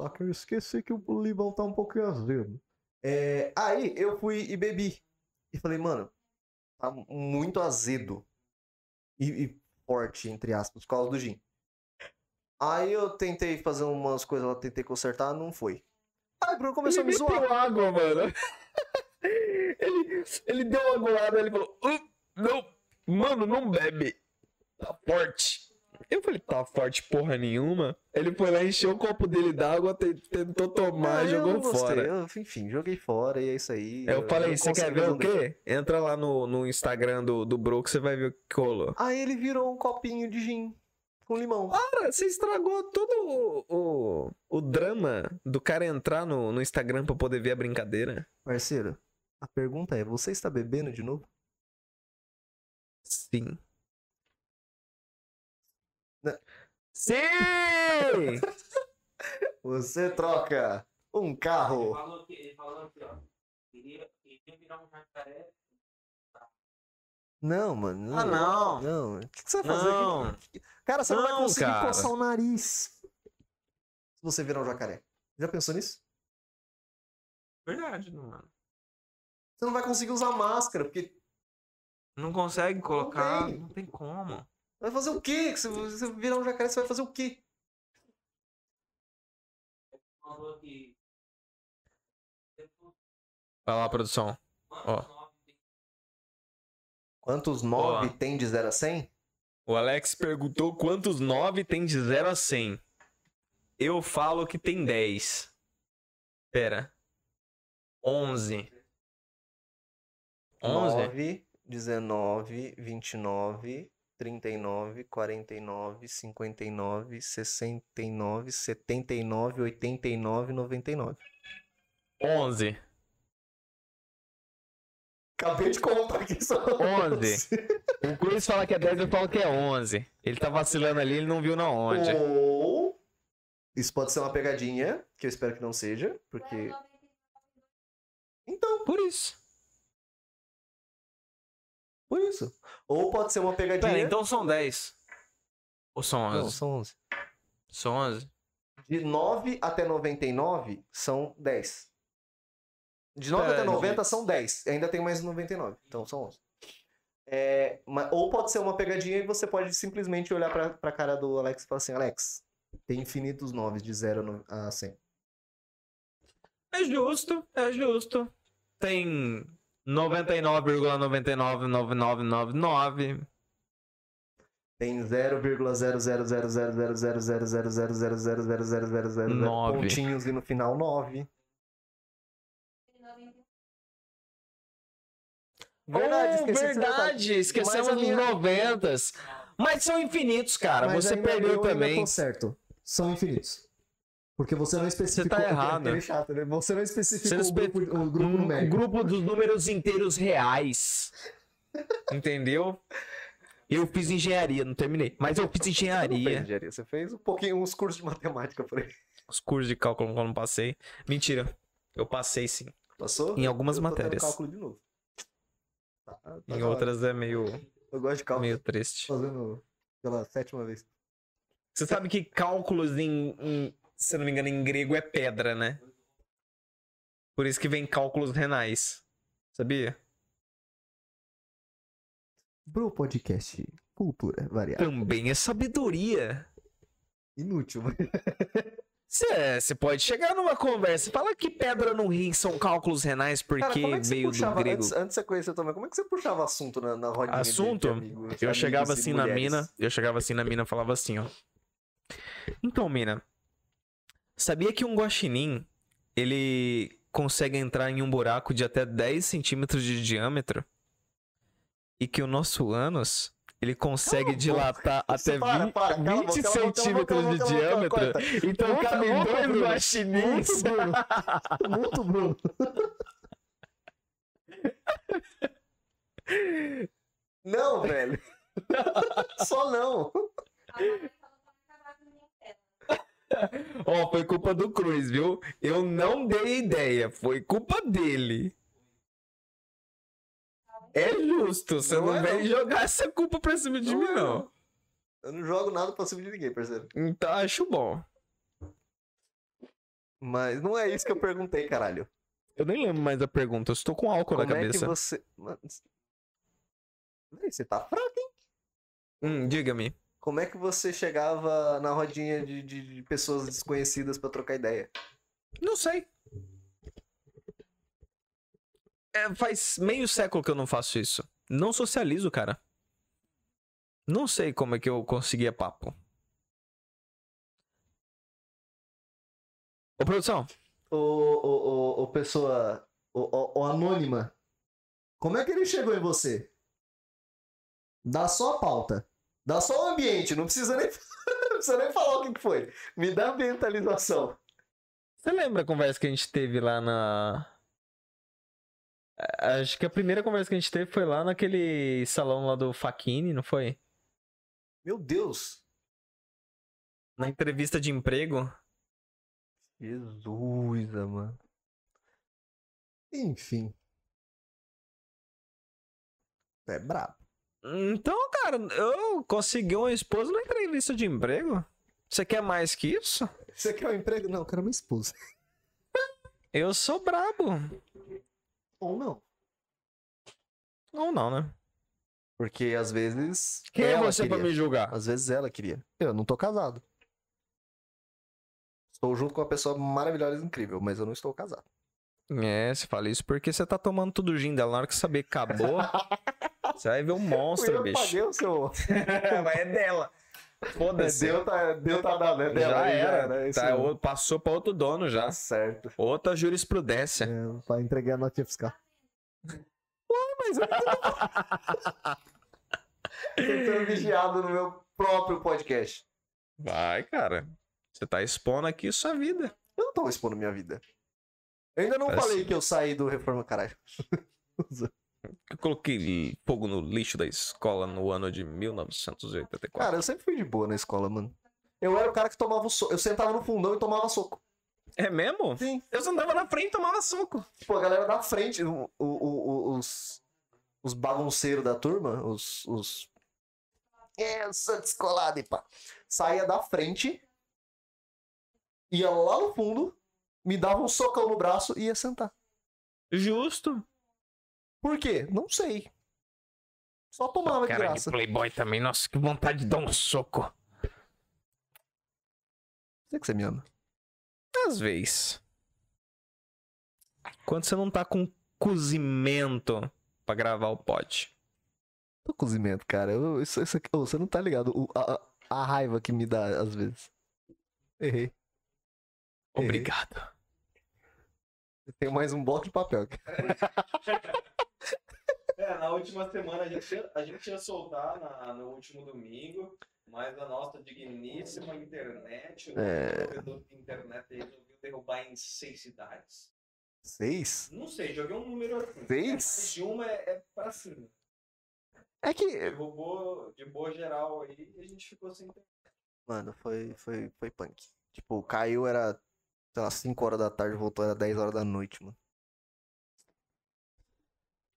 Só que eu esqueci que o limão tá um pouquinho azedo. É, aí eu fui e bebi. E falei, mano, tá muito azedo. E, e forte, entre aspas, por causa do gin. Aí eu tentei fazer umas coisas lá, tentei consertar, não foi. Aí o Bruno começou a me ele zoar. meteu água, mano. ele, ele deu uma goada, ele falou, "Uh, não, mano, não bebe. Tá forte. Eu falei, tá forte porra nenhuma. Ele foi lá, encheu o copo dele d'água, te- tentou tomar, Ah, eu jogou não gostei, fora. eu- enfim, joguei fora e é isso aí. é Eu falei, não você quer consegui ver o resolver." quê? Entra lá no, no Instagram do, do Bro que você vai ver o que rolou. Aí ele virou um copinho de gin com limão. Cara, você estragou todo o, o, o drama do cara entrar no, no Instagram pra poder ver a brincadeira. Parceiro, a pergunta é: você está bebendo de novo? Sim. Né? Não. Sim! Você troca um carro. Ele falou que, ele falou aqui, ó. Queria, queria virar um jacaré. Não, mano. Ah, não. Não. O que, que você vai fazer? Não. Cara, você não, vai Não, conseguir cara. coçar o nariz se você virar um jacaré. Já pensou nisso? Verdade, não, mano. Você não vai conseguir usar máscara, porque Não consegue colocar. tem. Não tem como. vai fazer o quê? Se você virar um jacaré, você vai fazer o quê? Falou que. Vai lá, produção. Ó. Quantos Quantos nove tem? nove Ó. tem de 0 a 100? O Alex perguntou quantos 9 tem de 0 a 100. Eu falo que tem 10. Pera. 11. 11? 9, 19, 29, 39, 49, 59, 69, 79, 89, 99. 11. Acabei de contar aqui só. 11. O Cruz fala que é 10, eu falo que é 11. Ele tá vacilando ali, ele não viu na onde. Ou. Isso pode ser uma pegadinha, que eu espero que não seja, porque. Então, Por isso. por isso. Ou pode ser uma pegadinha. Pera, então são 10. Ou são Não, 11? são 11. São 11. De 9 até 99 são 10. De 9 Pera, até 90 gente. são 10. Ainda tem mais 99. Então são 11. É, ma- ou pode ser uma pegadinha e você pode simplesmente olhar pra, pra cara do Alex e falar assim: Alex, tem infinitos 9 de 0 a 100. É justo, é justo. Tem 99,999999. Tem 0,0000000000000000 Nove. pontinhos e no final 9. oh, verdade, esquecemos Mas a dos minha- 90. Mas são infinitos, cara. você perdeu também. Tô certo. São infinitos. Porque você não especificou. tá errado. aquele chato, né? Você não Você especificou não o grupo, o grupo Um numérico. grupo dos números inteiros reais. Entendeu? Eu fiz engenharia, não terminei. Mas eu fiz Você não fez engenharia. engenharia, Você fez um pouquinho uns cursos de matemática por aí. Os cursos de cálculo que eu não passei. Mentira. Eu passei sim. Passou? Em algumas Eu tô tendo matérias. cálculo de novo. Tá, tá da Em hora. outras é meio, Eu gosto de cálculo. meio triste. Tô fazendo pela sétima vez. Você sabe que cálculos em, em- se eu não me engano, em grego é pedra, né? Por isso que vem cálculos renais. Sabia? Bro podcast. Cultura variada. Também é sabedoria. Inútil, mas. Você é, pode chegar numa conversa e falar que pedra no rim são cálculos renais porque Cara, como é que você veio do puxava, grego. antes, antes de você conhecer também, como é que você puxava assunto na, na rodinha? de- de Assunto? amigos, Eu amigos chegava e assim na mulheres? mina, eu chegava assim na mina e falava assim, ó. Então, mina, sabia que um guaxinim, ele consegue entrar em um buraco de até 10 centímetros de diâmetro? E que o nosso ânus, ele consegue a boca. dilatar até Para, 20, para, cala a 20 boca, cala a boca, cala a boca, centímetros cala a de boca, diâmetro. corta. então, Muito cabem bom, dois Bruno. guaxinins. Muito, Bruno. Muito, Bruno. Não, velho. Só não. Ó, foi culpa do Cruz, viu? Eu não dei a ideia, foi culpa dele. É justo, você Não não, é, vem não. jogar essa culpa pra cima de Não mim, é, não. Eu não jogo nada pra cima de ninguém, parceiro. Então, acho bom. Mas não é isso que eu perguntei, caralho. Eu nem lembro mais da pergunta, eu estou com álcool na Como é que cabeça. você. Mano, Véi, Você tá fraco, hein? Hum, diga-me. Como é que você chegava na rodinha de, de- de pessoas desconhecidas pra trocar ideia? Não sei. É, faz meio século que eu não faço isso. Não socializo, cara. Não sei como é que eu conseguia papo. Ô, produção. Ô, ô, ô, ô pessoa. Ô, ô, ô, anônima. Como é que ele chegou em você? Dá só a pauta. Dá só o ambiente. Não precisa nem, não precisa nem falar o que que foi. Me dá a mentalização. Você lembra a conversa que a gente teve lá na. A- Acho que a primeira conversa que a gente teve foi lá naquele salão lá do Faquini, não foi? Meu Deus. Na entrevista de emprego. Jesus, mano. Enfim. É brabo. Então, cara, eu consegui uma esposa na entrevista de emprego. Você quer mais que isso? Você quer um emprego? Não, eu quero uma esposa. Eu sou brabo. Ou não. Ou não, né? Porque às vezes. Quem é ela você pra queria. me julgar? Às vezes ela queria. Eu não tô casado. Estou junto com uma pessoa maravilhosa e incrível, mas eu não estou casado. É, você fala isso porque você tá tomando tudo gin dela. Na hora que saber que acabou, você vai ver um monstro, eu bicho. paguei o seu. Mas é dela. Foda-se. Deu tá, deu tá dado, né? Já Dela aí, era. né? Isso Tá, mesmo. o- passou pra outro dono já. Tá certo. Outra jurisprudência. É, pra entregar a notinha fiscal. Ué, mas eu tô sendo vigiado no meu próprio podcast. Vai, cara. Você tá expondo aqui sua vida. Eu não tô expondo minha vida. Eu ainda não Parece- falei que eu saí do Reforma Caralho. Eu coloquei fogo no lixo da escola no ano de 1984. Cara, eu sempre fui de boa na escola, mano. Eu era o cara que tomava o soco. Eu sentava no fundão e tomava soco. É mesmo? Sim. Eu sentava na frente e tomava suco. Tipo, a galera da frente, o- o- o- o- os, os bagunceiros da turma, os. os... É, eu sou descolado e pá. Saía da frente, ia lá no fundo, me dava um socão no braço e ia sentar. Justo. Por quê? Não sei. Só tomava de graça. playboy também. Nossa, que vontade de dar um soco. Sei que você me ama. Às vezes. Quando você não tá com cozimento pra gravar o pote. Tô cozimento, cara. Eu- isso, isso aqui- ô, você não tá ligado. o- a, a- a raiva que me dá às vezes. Errei. Errei. É. Obrigado. Tem mais um bloco de papel aqui. É, na última semana a gente, ia- a gente ia soltar na- no último domingo, mas a nossa digníssima internet, o É. provedor de internet aí resolveu derrubar em seis cidades. Seis? Não sei, joguei um número assim. Seis? É, mais de uma é, é pra cima. É que Derrubou de boa geral aí e a gente ficou sem internet. Mano, foi, foi, foi punk. Tipo, caiu era, sei lá, 5 horas da tarde, voltou era 10 horas da noite, mano.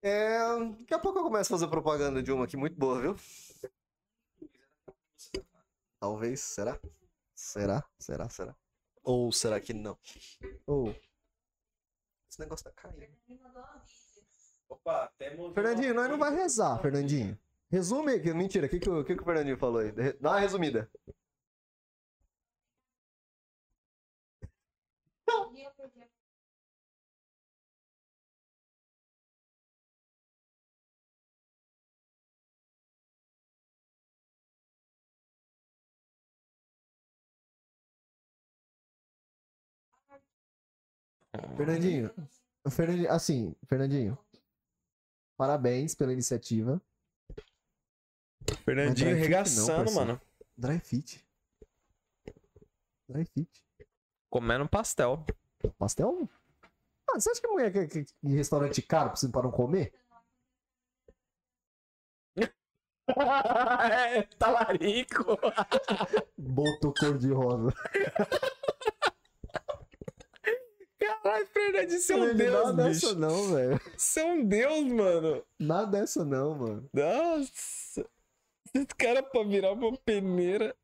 É, daqui a pouco eu começo a fazer propaganda de uma aqui muito boa, viu? Talvez, será? Será? Será? Será? Ou será que não? Ou. Esse negócio tá caindo. Opa, temos. um- Fernandinho, nós não vai rezar, Fernandinho. Resume aqui. Mentira, o que, que, o que, que o Fernandinho falou aí? Re- Dá uma resumida. Fernandinho, o Fernandinho, assim, Fernandinho, parabéns pela iniciativa. Fernandinho Mas pra gente não, arregaçando, parceiro. mano. Dry fit. Dry fit. Comendo pastel. Pastel? Ah, você acha que mulher quer que, em restaurante caro precisa para não comer? é, talarico. Botou cor de rosa. Caralho, Fernandinho, você é um Fernandinho, deus, nada bicho. dessa não, velho. Você é um deus, mano. Nada dessa não, mano. Nossa. Esse cara pra virar uma peneira.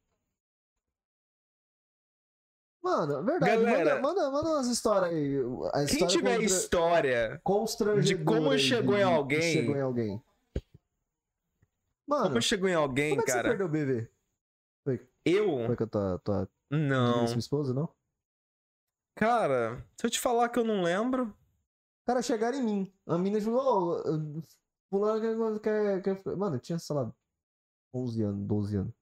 Mano, verdade. Galera. manda, manda, manda umas histórias aí. Quem A história tiver contra- história, constrangedora de como aí, chegou em de- de alguém. Chegou em alguém. Mano, como chegou em alguém, como é que você cara? perdeu o bebê? Eu? Foi com a tua, tua Não. digníssima esposa, não? Cara, se eu te falar que eu não lembro. cara chegaram em mim. A mina falou, ô, fulano quer, quer, quer... Mano, eu tinha, sei lá, 11 anos, 12 anos.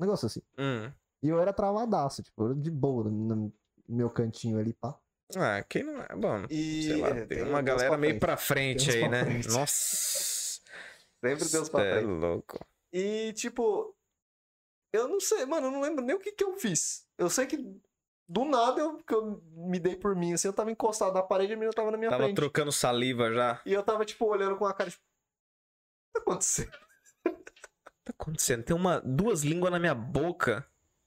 Um negócio assim. Hum. E eu era travadaço, tipo, eu era de boa no, no meu cantinho ali, pá. Ah, quem não é? Bom, E... sei lá, um tem uma galera meio pra frente Tem uns aí, né? pra frente. Nossa. Sempre Deus cê pra é frente. um louco. E, tipo, eu não sei, mano, eu não lembro nem o que que eu fiz. Eu sei que do nada eu, que eu me dei por mim, assim, eu tava encostado na parede e a menina tava na minha Tava frente. trocando saliva já. E eu tava, tipo, olhando com a cara, tipo, o que tá acontecendo? tá acontecendo? Tem uma, duas línguas na minha boca.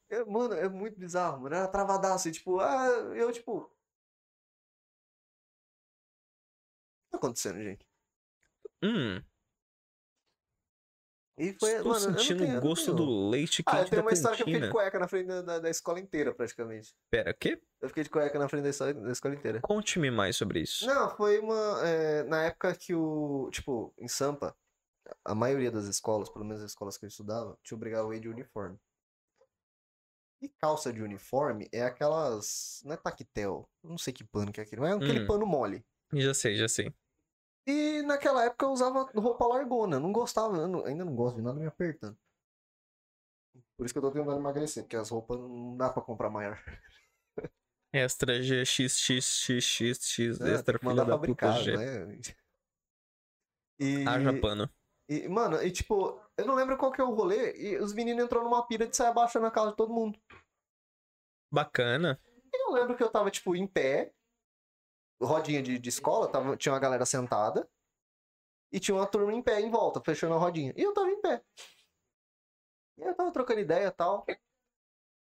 É, mano, é muito bizarro, mano. Era travadaço. E, tipo, ah, eu, tipo. O que tá acontecendo, gente? Hum, E foi, estou mano, eu não sentindo tenho- eu o não gosto tenho- do leite quente Ah, eu tenho da uma história que eu fiquei cantina. de cueca na frente da, da, da escola inteira, praticamente. Pera, o quê? Eu fiquei de cueca na frente da, escola- da escola inteira. Conte-me mais sobre isso. Não, foi uma. é, na época que o. Tipo, em Sampa, a maioria das escolas, pelo menos as escolas que eu estudava, te obrigava a ir de uniforme. E calça de uniforme é aquelas. Não é taquetel. eu Não sei que pano que é aquele, mas é aquele Hum. pano mole. Já sei, já sei. E naquela época eu usava roupa largona. Não gostava, eu não- ainda não gosto de nada me apertando. Por isso que eu tô tentando emagrecer, porque as roupas não dá pra comprar maior. Extra GXXXXX, né? Tem extra filha que mandar da puta Ah, fabricar, G. né? E, Haja pano. e, mano, e tipo, eu não lembro qual que é o rolê, e os meninos entrou numa pira de sair abaixando a casa de todo mundo. Bacana. E eu lembro que eu tava, tipo, em pé, rodinha de, de escola, tava, tinha uma galera sentada, e tinha uma turma em pé em volta, fechando a rodinha. E eu tava em pé. E eu tava trocando ideia e tal.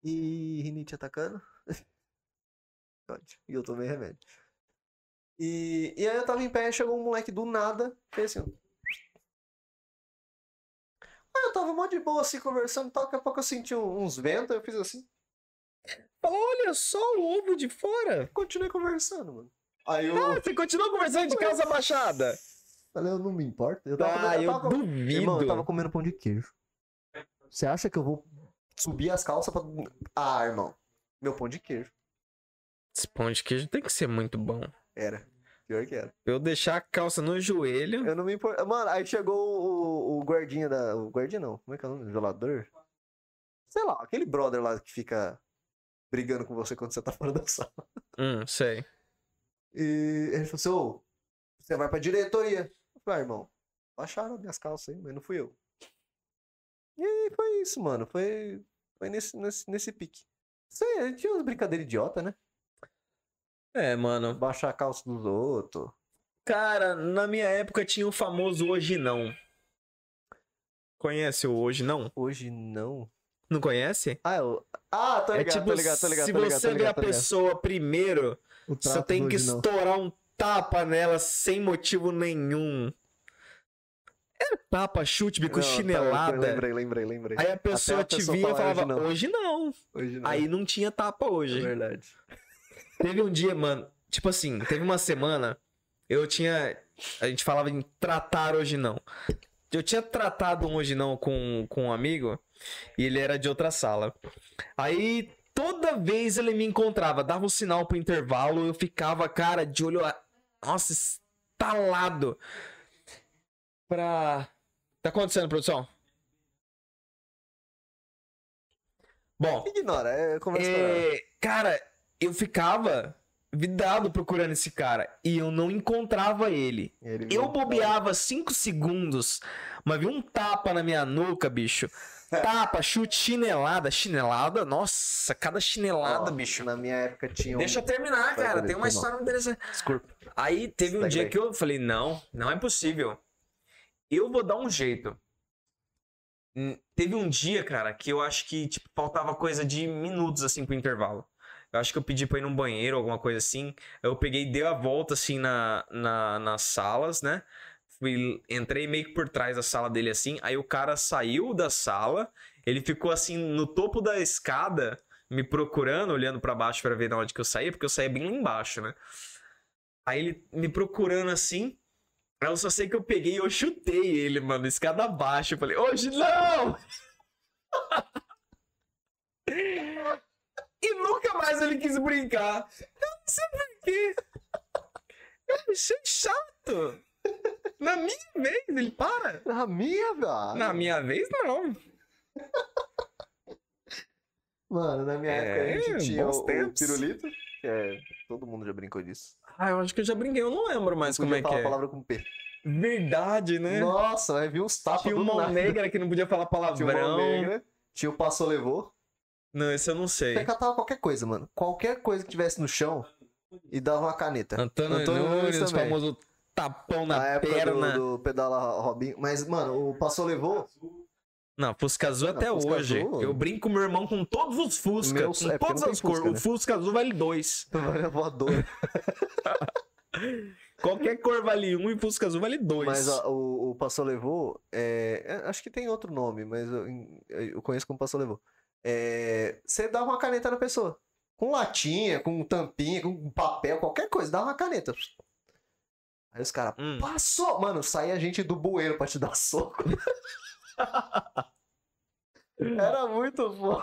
E rinite atacando. Ótimo. E eu tomei remédio. E, e aí eu tava em pé, chegou um moleque do nada, fez assim. ó. Aí eu tava mó de boa assim, conversando e tal, daqui a pouco eu senti um- uns ventos, eu fiz assim. Falou, olha só o ovo de fora. Continuei conversando, mano. Aí eu Ah, você continua conversando de calça baixada. falei, eu não me importo. Eu tava, Ah, comendo, eu eu tava com- duvido. Irmão, eu tava comendo pão de queijo. Você acha que eu vou subir as calças pra. Ah, irmão. Meu pão de queijo. Esse pão de queijo tem que ser muito bom. Era. Pior que era. Eu deixar a calça no joelho. Eu não me importo. Mano, aí chegou o, o guardinha da. O guardinha não. Como é que é o nome? Violador? Sei lá, aquele brother lá que fica brigando com você quando você tá fora da sala. Hum, sei. E ele falou assim, ô, você vai pra diretoria. Eu falei, ah, irmão, baixaram minhas calças aí, mas não fui eu. E aí foi isso, mano. Foi, foi nesse, nesse, nesse pique. Isso aí, tinha umas brincadeiras idiota, né? É, mano. Baixar a calça dos outros. Cara, na minha época tinha o famoso hoje não. Conhece o hoje não? Hoje não. Não conhece? Ah, eu... ah tô ligado, é tipo, tô ligado, tô ligado, se tô ligado, você tô vê a ligado, tô ligado. pessoa primeiro, O você trato tem do que hoje não. estourar um tapa nela sem motivo nenhum. Era tapa, chute, bico, Não, tá, chinelada. lembrei, lembrei, lembrei. Aí a pessoa te pessoa via e falar, falava, "Hoje hoje não." não. Hoje não. Aí não tinha tapa é hoje. verdade. Teve um dia, mano, tipo assim, teve uma semana, eu tinha. A gente falava em tratar hoje não. Eu tinha tratado um hoje não com, com um amigo, e ele era de outra sala. Aí toda vez ele me encontrava, dava um sinal pro intervalo, eu ficava, cara, de olho. a- Nossa, estalado. Pra. Tá acontecendo, produção? Bom. Ignora, é conversa com ela. É, cara, eu ficava vidado procurando esse cara e eu não encontrava ele. Ele Eu vem- bobeava 5 segundos, mas vi um tapa na minha nuca, bicho. Tapa, chute, chinelada. Chinelada, nossa, cada chinelada, Ó, bicho. Na minha época tinha um... Deixa eu terminar, Vai, cara. beleza, Tem uma foi mal. história interessante. Desculpa. Aí teve um Segue dia daí. que eu falei: não, não é possível. Eu vou dar um jeito. Hum, Teve um dia, cara, que eu acho que tipo, faltava coisa de minutos assim pro intervalo. Eu acho que eu pedi pra ir num banheiro, alguma coisa assim. Eu peguei, dei a volta assim na, na- nas salas, né? Fui, entrei meio que por trás da sala dele assim. Aí o cara saiu da sala, ele ficou assim no topo da escada, me procurando, olhando pra baixo pra ver de onde que eu saía, porque eu saía bem lá embaixo, né? Aí ele me procurando assim. Aí eu só sei que eu peguei e eu chutei ele, mano, escada abaixo. Eu falei, hoje não! e nunca mais ele quis brincar. Eu não sei porquê. Eu achei chato. Na minha vez, ele para. Na minha, velho. Na minha vez, não. Mano, na minha É, época a gente tinha bons o, o tempos. pirulito, que é... Todo mundo já brincou disso. Ah, eu acho que eu já brinquei, eu não lembro mais Não como é que podia falar é. a palavra com P. Verdade, né? Nossa, aí viu uns tapas Tinha um do uma nada. negra que não podia falar Tinha o Mão palavrão. Negra, tinha o Passou Levou. Não, esse eu não sei. Você catava qualquer coisa, mano. Qualquer coisa que tivesse no chão e dava uma caneta. Antônio, Antônio Nunes, Nunes também. famoso tapão Na na época perna. do, do Pedala Robinho. Mas, mano, o Passou Levou, Não, Fusca Azul Não, até Fusca hoje. Azul- Eu brinco com meu irmão com todos os Fusca, Meu- com é, porque todas não tem as cores. Fusca, né? O Fusca Azul vale dois. Vale a voadora. Qualquer cor vale um e Fusca Azul vale dois. Mas ó, o, o Passou Levou, é, é, acho que tem outro nome, mas eu, em- eu conheço como Passou Levou. É, Você dá uma caneta na pessoa. Com latinha, com tampinha, com papel, qualquer coisa, dá uma caneta. Aí os caras, Hum. passou! Mano, sai a gente do bueiro pra te dar soco. Era muito bom.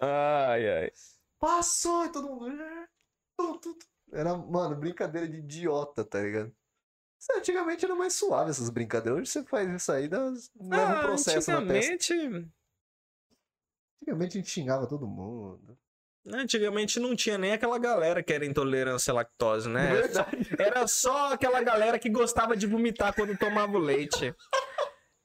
Ai, ai. Passou! E todo mundo. "Ah, tu, tu, tu." Era, mano, brincadeira de idiota, tá ligado? Isso Antigamente era mais suave essas brincadeiras. Hoje você faz isso aí, dá, leva um Ah, processo na testa. antigamente, Antigamente a gente xingava todo mundo. antigamente não tinha nem aquela galera que era intolerância à lactose, né? Verdade. Era só aquela galera que gostava de vomitar quando tomava o leite.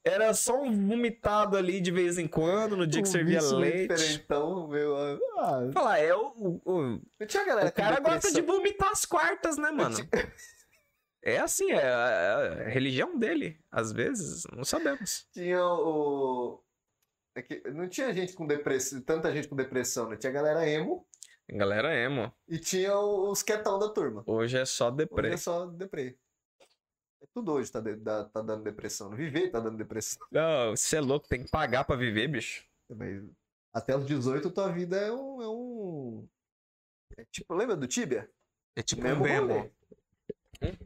Era só um vomitado ali de vez em quando, no dia que Um servia vício meio leite. diferentão, meu. Ah, Falar, é o. O, o não tinha galera cara gosta de vomitar as quartas, né, mano? É assim, é, é a religião dele. Às vezes, não sabemos. Tinha o. é que não tinha gente com depressão, tanta gente com depressão, né? Tinha galera emo Galera emo. e tinha o- os quietão da turma. Hoje é só Hoje deprê. é só deprê. É tudo hoje tá, de- dá- tá dando depressão. Viver tá dando depressão. Não, você é louco, tem que pagar pra viver, bicho. Mas até os 18, tua vida é um. É um... é tipo, lembra do Tibia? É tipo um Mesmo demo. rolê.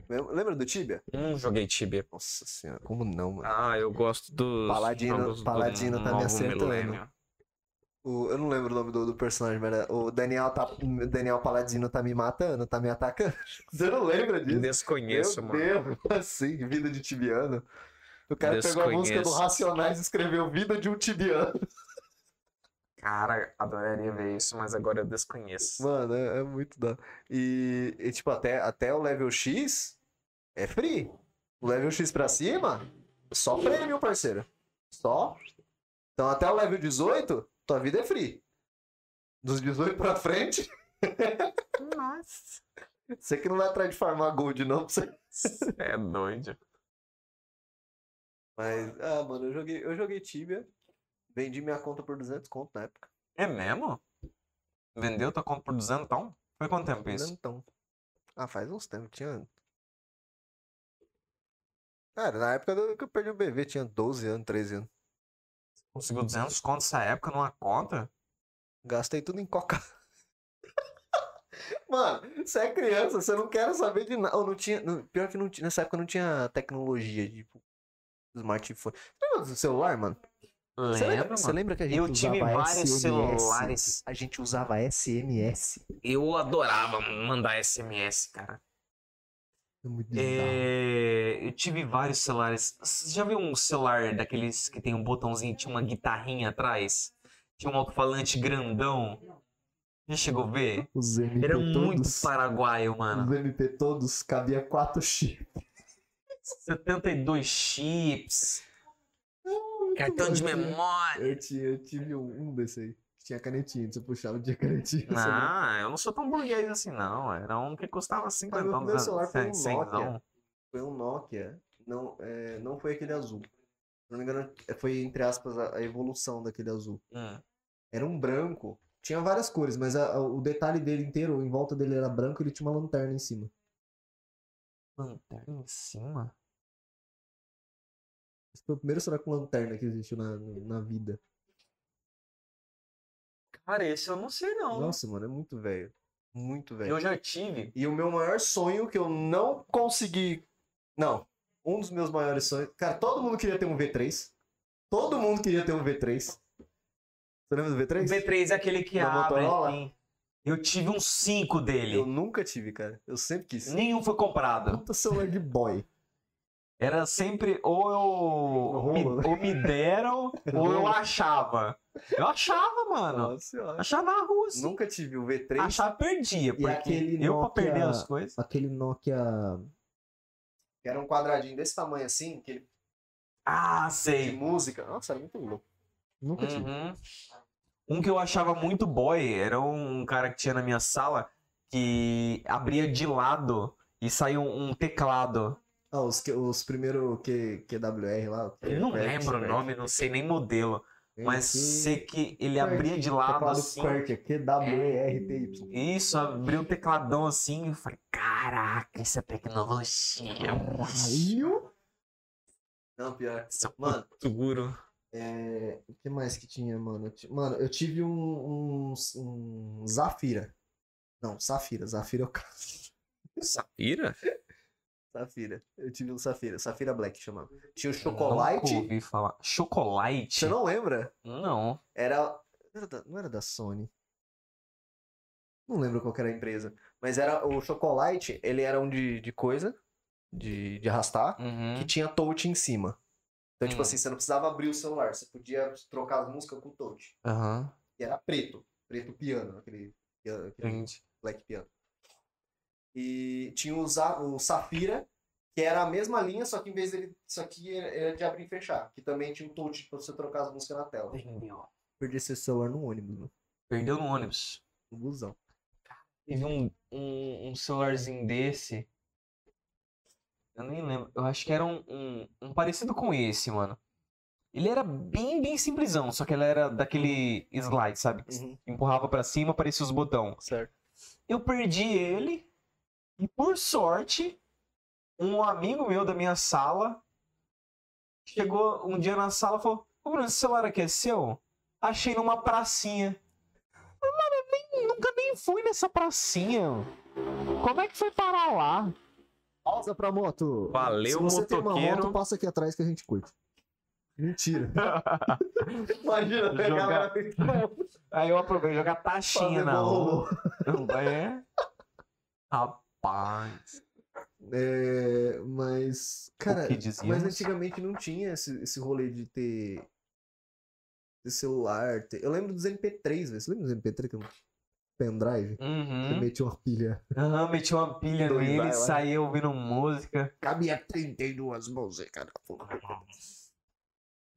Lembra lembra do Tibia? Hum, Não joguei Tibia. Nossa senhora, como não, mano? Ah, eu gosto dos. Paladino- jogos do Paladino tá me novo acertando. milênio. O- eu não lembro o nome do, do personagem, mas era- o Daniel, tá, o Daniel Paladino tá me matando, tá me atacando. Você não lembra disso? Desconheço, Meu mano. Deus, assim, vida de tibiano. O cara pegou a música do Desconheço. Racionais e escreveu Vida de um Tibiano. Cara, adoraria ver isso, mas agora eu desconheço. Mano, é, é muito da. E, e, tipo, até, até o level X é free. O level X pra cima, só prêmio, parceiro. Só. Então até o level 18, tua vida é free. Dos 18 pra frente, Nossa. você que não vai atrás de farmar gold, não, pra você É doido. Mas, ah, mano, eu joguei, eu joguei Tibia. Vendi minha conta por 200 conto na época. É mesmo? Vendeu tua conta por duzentão? Foi quanto tempo isso? Então. Ah, faz uns tempos, tinha. Cara, na época do- que eu perdi o BV, tinha 12 anos, 13 anos. Conseguiu 200 conto nessa época numa conta? Gastei tudo em coca. Mano, você é criança, você não quer saber de nada. Não tinha, não- pior que não tinha, nessa época não tinha tecnologia, tipo, smartphone. Lembra do celular, mano? Você lembra- Lembro, Você mano. lembra que a gente Eu usava tive vários SMS? celulares. A gente usava SMS. Eu adorava mandar SMS, cara. É muito bizarro. É, eu tive vários celulares. Você já viu um celular daqueles que tem um botãozinho, tinha uma guitarrinha atrás? Tinha um alto-falante grandão. Já chegou a ver? Os MP Era muito todos, paraguaio, mano. os MP todos cabia 4 chips. 72 chips, cartão de memória. Eu, ti- eu tive um, um desse aí. que Tinha canetinha, você puxava, tinha canetinha. você não- Não, eu não sou tão burguês assim, não. Era um que custava 50 meu primeiro celular foi um não. Nokia. Foi um Nokia, não, é, não foi aquele azul. Se não me engano, é, foi, entre aspas, a, a evolução daquele azul. Hum. Era um branco, tinha várias cores, mas a- a- o detalhe dele inteiro, em volta dele era branco e ele tinha uma lanterna em cima. Lanterna em cima? Esse foi o primeiro celular com lanterna que existiu na, na vida. Cara, esse eu não sei, Então, não. Nossa, mano, é muito velho. Muito velho. Eu já tive. E o meu maior sonho que eu não consegui. Não. Um dos meus maiores sonhos. Cara, todo mundo queria ter um V3. Todo mundo queria ter um V3. Você lembra do O V3? B3 é aquele que Da abre. Motorola? assim. Eu tive uns 5 dele. Eu nunca tive, cara. Eu sempre quis. Nenhum foi comprado. Puta celular de boy. Era sempre ou eu me, Rolo, né? ou me deram ou eu Rolo. achava. Eu achava, mano. Nossa senhora. Achava na rua, assim. Nunca tive o V3. Achava perdia, porque aquele eu pra Nokia- perder as coisas. Aquele Nokia. Que era um quadradinho desse tamanho assim, que ele Ah, de sei. música. Nossa, era muito louco. Nunca tive. Uhum. Um que eu achava muito boy era um cara que tinha na minha sala que abria de lado e saiu um teclado. Ah, os, que- os primeiros Q, QWR lá. Eu não Qwerty, lembro o Qwerty. nome, não sei nem modelo. Mas sei que ele abria de lado Teclado assim. QWERTY aqui, é W-E-R-T-Y. Isso, abriu o tecladão assim e eu falei, caraca, isso é tecnologia. é Caiu? É, Não, pior. Isso é Mano, futuro. É, o que mais que tinha, mano? Eu ti- Mano, eu tive um, um, um Zafira. Não, Safira. Zafira é o cara. Safira? Safira. Eu tive um Safira. Safira Black chamava. Tinha o Nunca Chocolate. ouvi falar. Chocolate? Você não lembra? Não. Era. Não era da, não era da Sony. Não lembro qual que era a empresa. Mas era o Chocolate, ele era um de, de coisa, de, de arrastar, Uhum. Hum? que tinha touch em cima. Então, tipo Hum. assim, você não precisava abrir o celular, você podia trocar as músicas com touch. Aham. E era preto. Preto piano, aquele, piano, aquele Hum. Entendi. black piano. E tinha o, Za- o Safira, que era a mesma linha, só que em vez dele. Só que era de abrir e fechar. Que também tinha um touch pra você trocar as músicas na tela. Entendeu. Perdi seu celular no ônibus, mano. Perdeu no ônibus. No busão. Teve um, um, um celularzinho desse. Eu nem lembro. Eu acho que era um, um, um parecido com esse, mano. Ele era bem, bem simplesão, só que ele era daquele slide, sabe? Que Uhum. Empurrava pra cima, aparecia os botões. Certo. Eu perdi ele. E por sorte, um amigo meu da minha sala chegou um dia na sala e falou: Ô Bruno, esse celular aqui é seu? Achei numa pracinha. Mas, Mano, eu nem- nunca nem fui nessa pracinha. Como é que foi parar lá? Pausa pra moto. Valeu, Se você tem uma motoqueiro. moto, passa aqui atrás que a gente curte. Mentira. Imagina, Jogar- pegar a galera Aí eu aproveito jogar taxinha Fazer na bololô. rua. É? Rapaz. É, mas, cara, que dizíamos? mas antigamente não tinha esse, esse rolê de ter, ter celular. ter- Eu lembro dos MP3, velho. Você lembra dos MP3 que é um pendrive? Você Uhum. metia uma pilha. Aham, meti uma pilha Dois vai nele, lá. saí ouvindo música. Cabia 32 músicas na porra.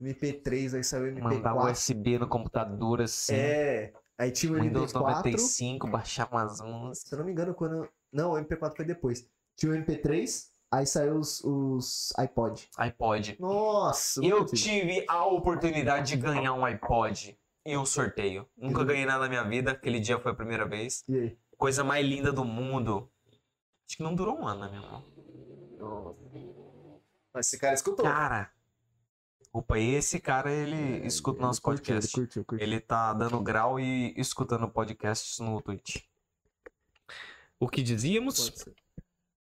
MP3, aí saiu Mandava um MP4. USB no computador assim. É, aí tinha o Windows MP4. 95, baixava umas músicas. Se eu não me engano, quando. Não, o MP4 foi depois. Tinha o MP3, aí saiu os, os iPod. iPod. Nossa! Eu nunca tive. tive a oportunidade de ganhar um iPod em um sorteio. Nunca Uhum. ganhei nada na minha vida, aquele dia foi a primeira vez. E aí? Coisa mais linda do mundo. Acho que não durou um ano, né, meu irmão? Mas esse cara escutou. Cara, opa, esse cara, ele escuta o Ele nosso curtiu, podcast. Ele curtiu, curtiu. Ele tá dando grau e escutando podcasts no Twitch. O que dizíamos? Pode ser.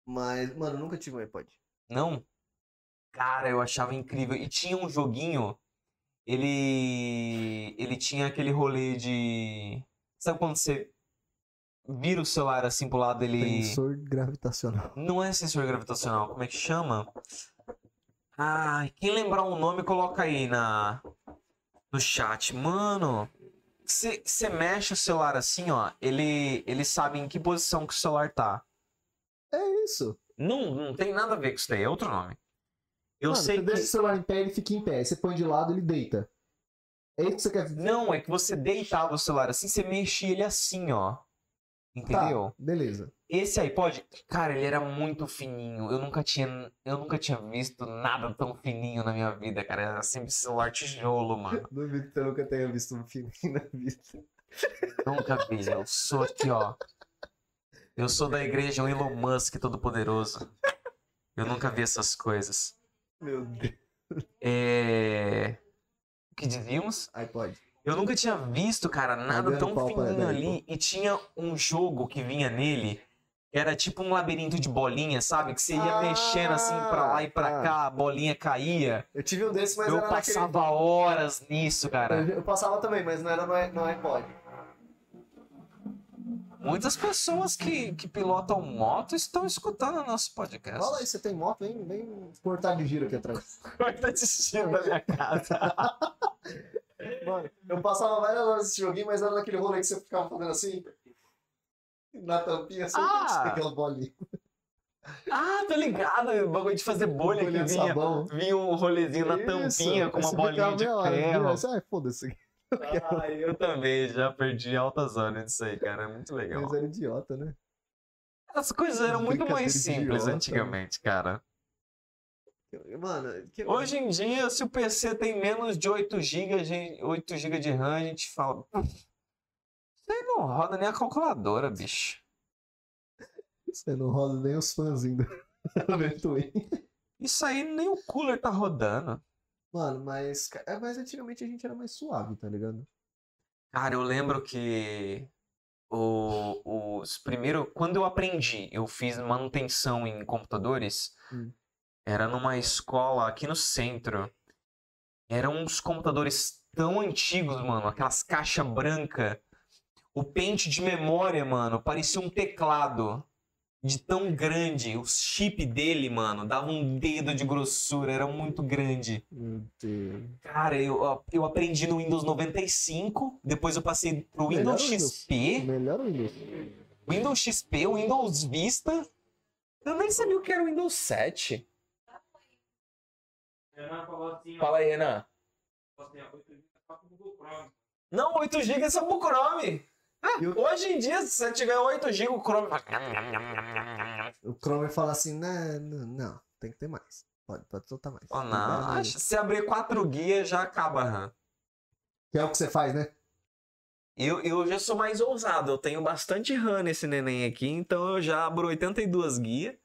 Mas, mano, eu nunca tive um iPod. Não? Cara, eu achava incrível. E tinha um joguinho, ele ele tinha aquele rolê de. Sabe quando você vira o celular assim pro lado, ele. Sensor gravitacional. Não é sensor gravitacional, como é que chama? Ai, quem lembrar o nome, coloca aí na no chat. Mano, você mexe o celular assim, ó, ele, ele sabe em que posição que o celular tá. É isso. Não, não tem nada a ver com isso daí, é outro nome. Eu Mano, sei você que. deixa o celular em pé, ele fica em pé. Aí Você põe de lado, ele deita. É isso que você quer. Não, é que você deitava o celular assim, você mexia ele assim, ó. Entendeu? Tá, beleza. Esse iPod, cara, ele era muito fininho. Eu nunca tinha, eu nunca tinha visto nada tão fininho na minha vida, cara. Era sempre celular tijolo, mano. Duvido que você nunca tenha visto um filme na vida. nunca vi. Eu sou aqui, ó. Eu sou da igreja é o Elon Musk todo poderoso. Eu nunca vi essas coisas. Meu Deus. É... O que dizíamos? iPod. Eu nunca tinha visto, cara, nada Pagando tão pau pra então. fininho Apple. ali. E tinha um jogo que vinha nele, que era tipo um labirinto de bolinha, sabe? Que você ia Ah, mexendo assim pra lá e pra tá. cá, a bolinha caía. Eu tive um desses, mas eu era naquele. passava horas nisso, cara. Eu, eu passava também, mas não é era no, i- no iPod. Muitas pessoas que, que pilotam moto estão escutando o nosso podcast. Fala é aí, você tem moto, hein? Vem cortar de giro aqui atrás. Corta de estilo da minha casa. Mano, eu passava várias horas nesse joguinho, mas era naquele rolê que você ficava fazendo assim. Na tampinha, você Ah! ah, aquela bolinha. ah, tô ligado. O bagulho de fazer bolha que Bolinha de vinha. sabão. Vinha um rolezinho na Isso, é tampinha com aí uma você bolinha ficava de meia hora, ferro. meia hora, Ah, foda-se. Ah, eu Eu também já perdi altas horas disso aí, cara. É muito legal. Mas era idiota, né? As coisas eram muito mais Brincadeira simples idiota. antigamente, cara. Que- Mano, que- Hoje em dia, se o PC tem menos de 8 GB, gen- 8 GB de RAM, a gente fala. "Puf, Isso aí não roda nem a calculadora, bicho. Você não roda nem os fãs ainda. Virtuí. Isso aí nem o cooler tá rodando. Mano, mas, ca- é, mas antigamente a gente era mais suave, tá ligado? Cara, eu lembro que o, os primeiro, quando eu aprendi, eu fiz manutenção em computadores, Hum. era numa escola aqui no centro. Eram uns computadores tão antigos, mano, aquelas caixas brancas. O pente de memória, mano, parecia um teclado. De tão grande, o chip dele, mano, dava um dedo de grossura, era muito grande. Meu Deus. Cara, eu, eu aprendi no Windows 95, depois eu passei pro Windows Melhor Windows. XP, Melhor ainda. Windows XP, Windows Vista. Eu nem sabia o que era o Windows 7. Renan falou assim, ó. Fala aí, Renan. Falou assim, ó. "Oito dias só com o Google Chrome. Não, 8 GB é só pro Chrome. Ah, E o- Hoje em dia, se você tiver 8 GB, o Chrome vai... O Chrome fala assim, né? Não, não, tem que ter mais. Pode, pode soltar mais. Oh, não, Libera aí. acho- se abrir 4 guias, já acaba a RAM. Que é o que você faz, né? Eu, eu já sou mais ousado, eu tenho bastante RAM nesse neném aqui, então eu já abro 82 guia.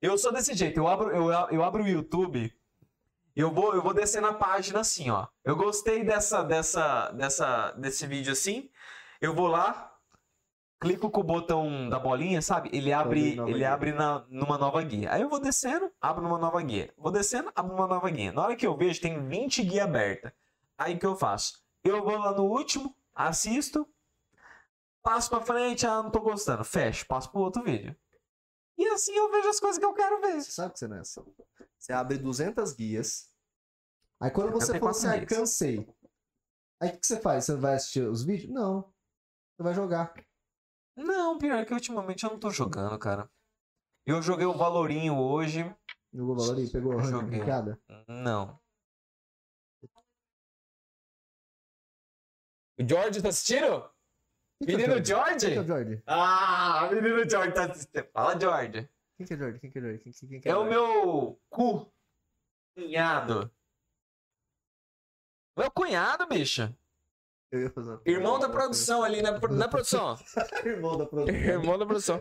Eu sou desse jeito, eu abro, eu, a- eu abro o YouTube e eu vou, eu vou descer na página assim, ó. Eu gostei dessa, dessa, dessa, desse vídeo assim, eu vou lá, clico com o botão da bolinha, sabe? Ele Abrir abre, nova ele guia. abre na, numa nova guia. Aí eu vou descendo, abro uma nova guia. Vou descendo, abro uma nova guia. Na hora que eu vejo, tem 20 guia aberta. Aí o que eu faço? Eu vou lá no último, assisto, passo pra frente, ah, não tô gostando, fecho, passo pro outro vídeo. E assim eu vejo as coisas que eu quero ver. Você sabe que você não é assim. Você abre 200 guias. Aí quando você tenho fala assim, ah, paciência. cansei. Aí o que que você faz? Você vai assistir os vídeos? Não. Você vai jogar. Não, pior que ultimamente eu não tô jogando, cara. Eu joguei o Valorinho hoje. Jogou valor e pegou a ranking Joguei. ranqueada. Não. O George tá assistindo? Quem que é o Menino Jordi? Quem que é o George? Jordi? Ah, menino George tá assistindo. Fala, George. Quem que é o Jordi? Quem que é o Jordi? Quem, quem, quem que É o Jordi? meu cu. Cunhado. Meu cunhado, bicho. Eu ia fazer uma Irmão da piada, produção ali, na, pro- na produção. Irmão da produção. Irmão da produção.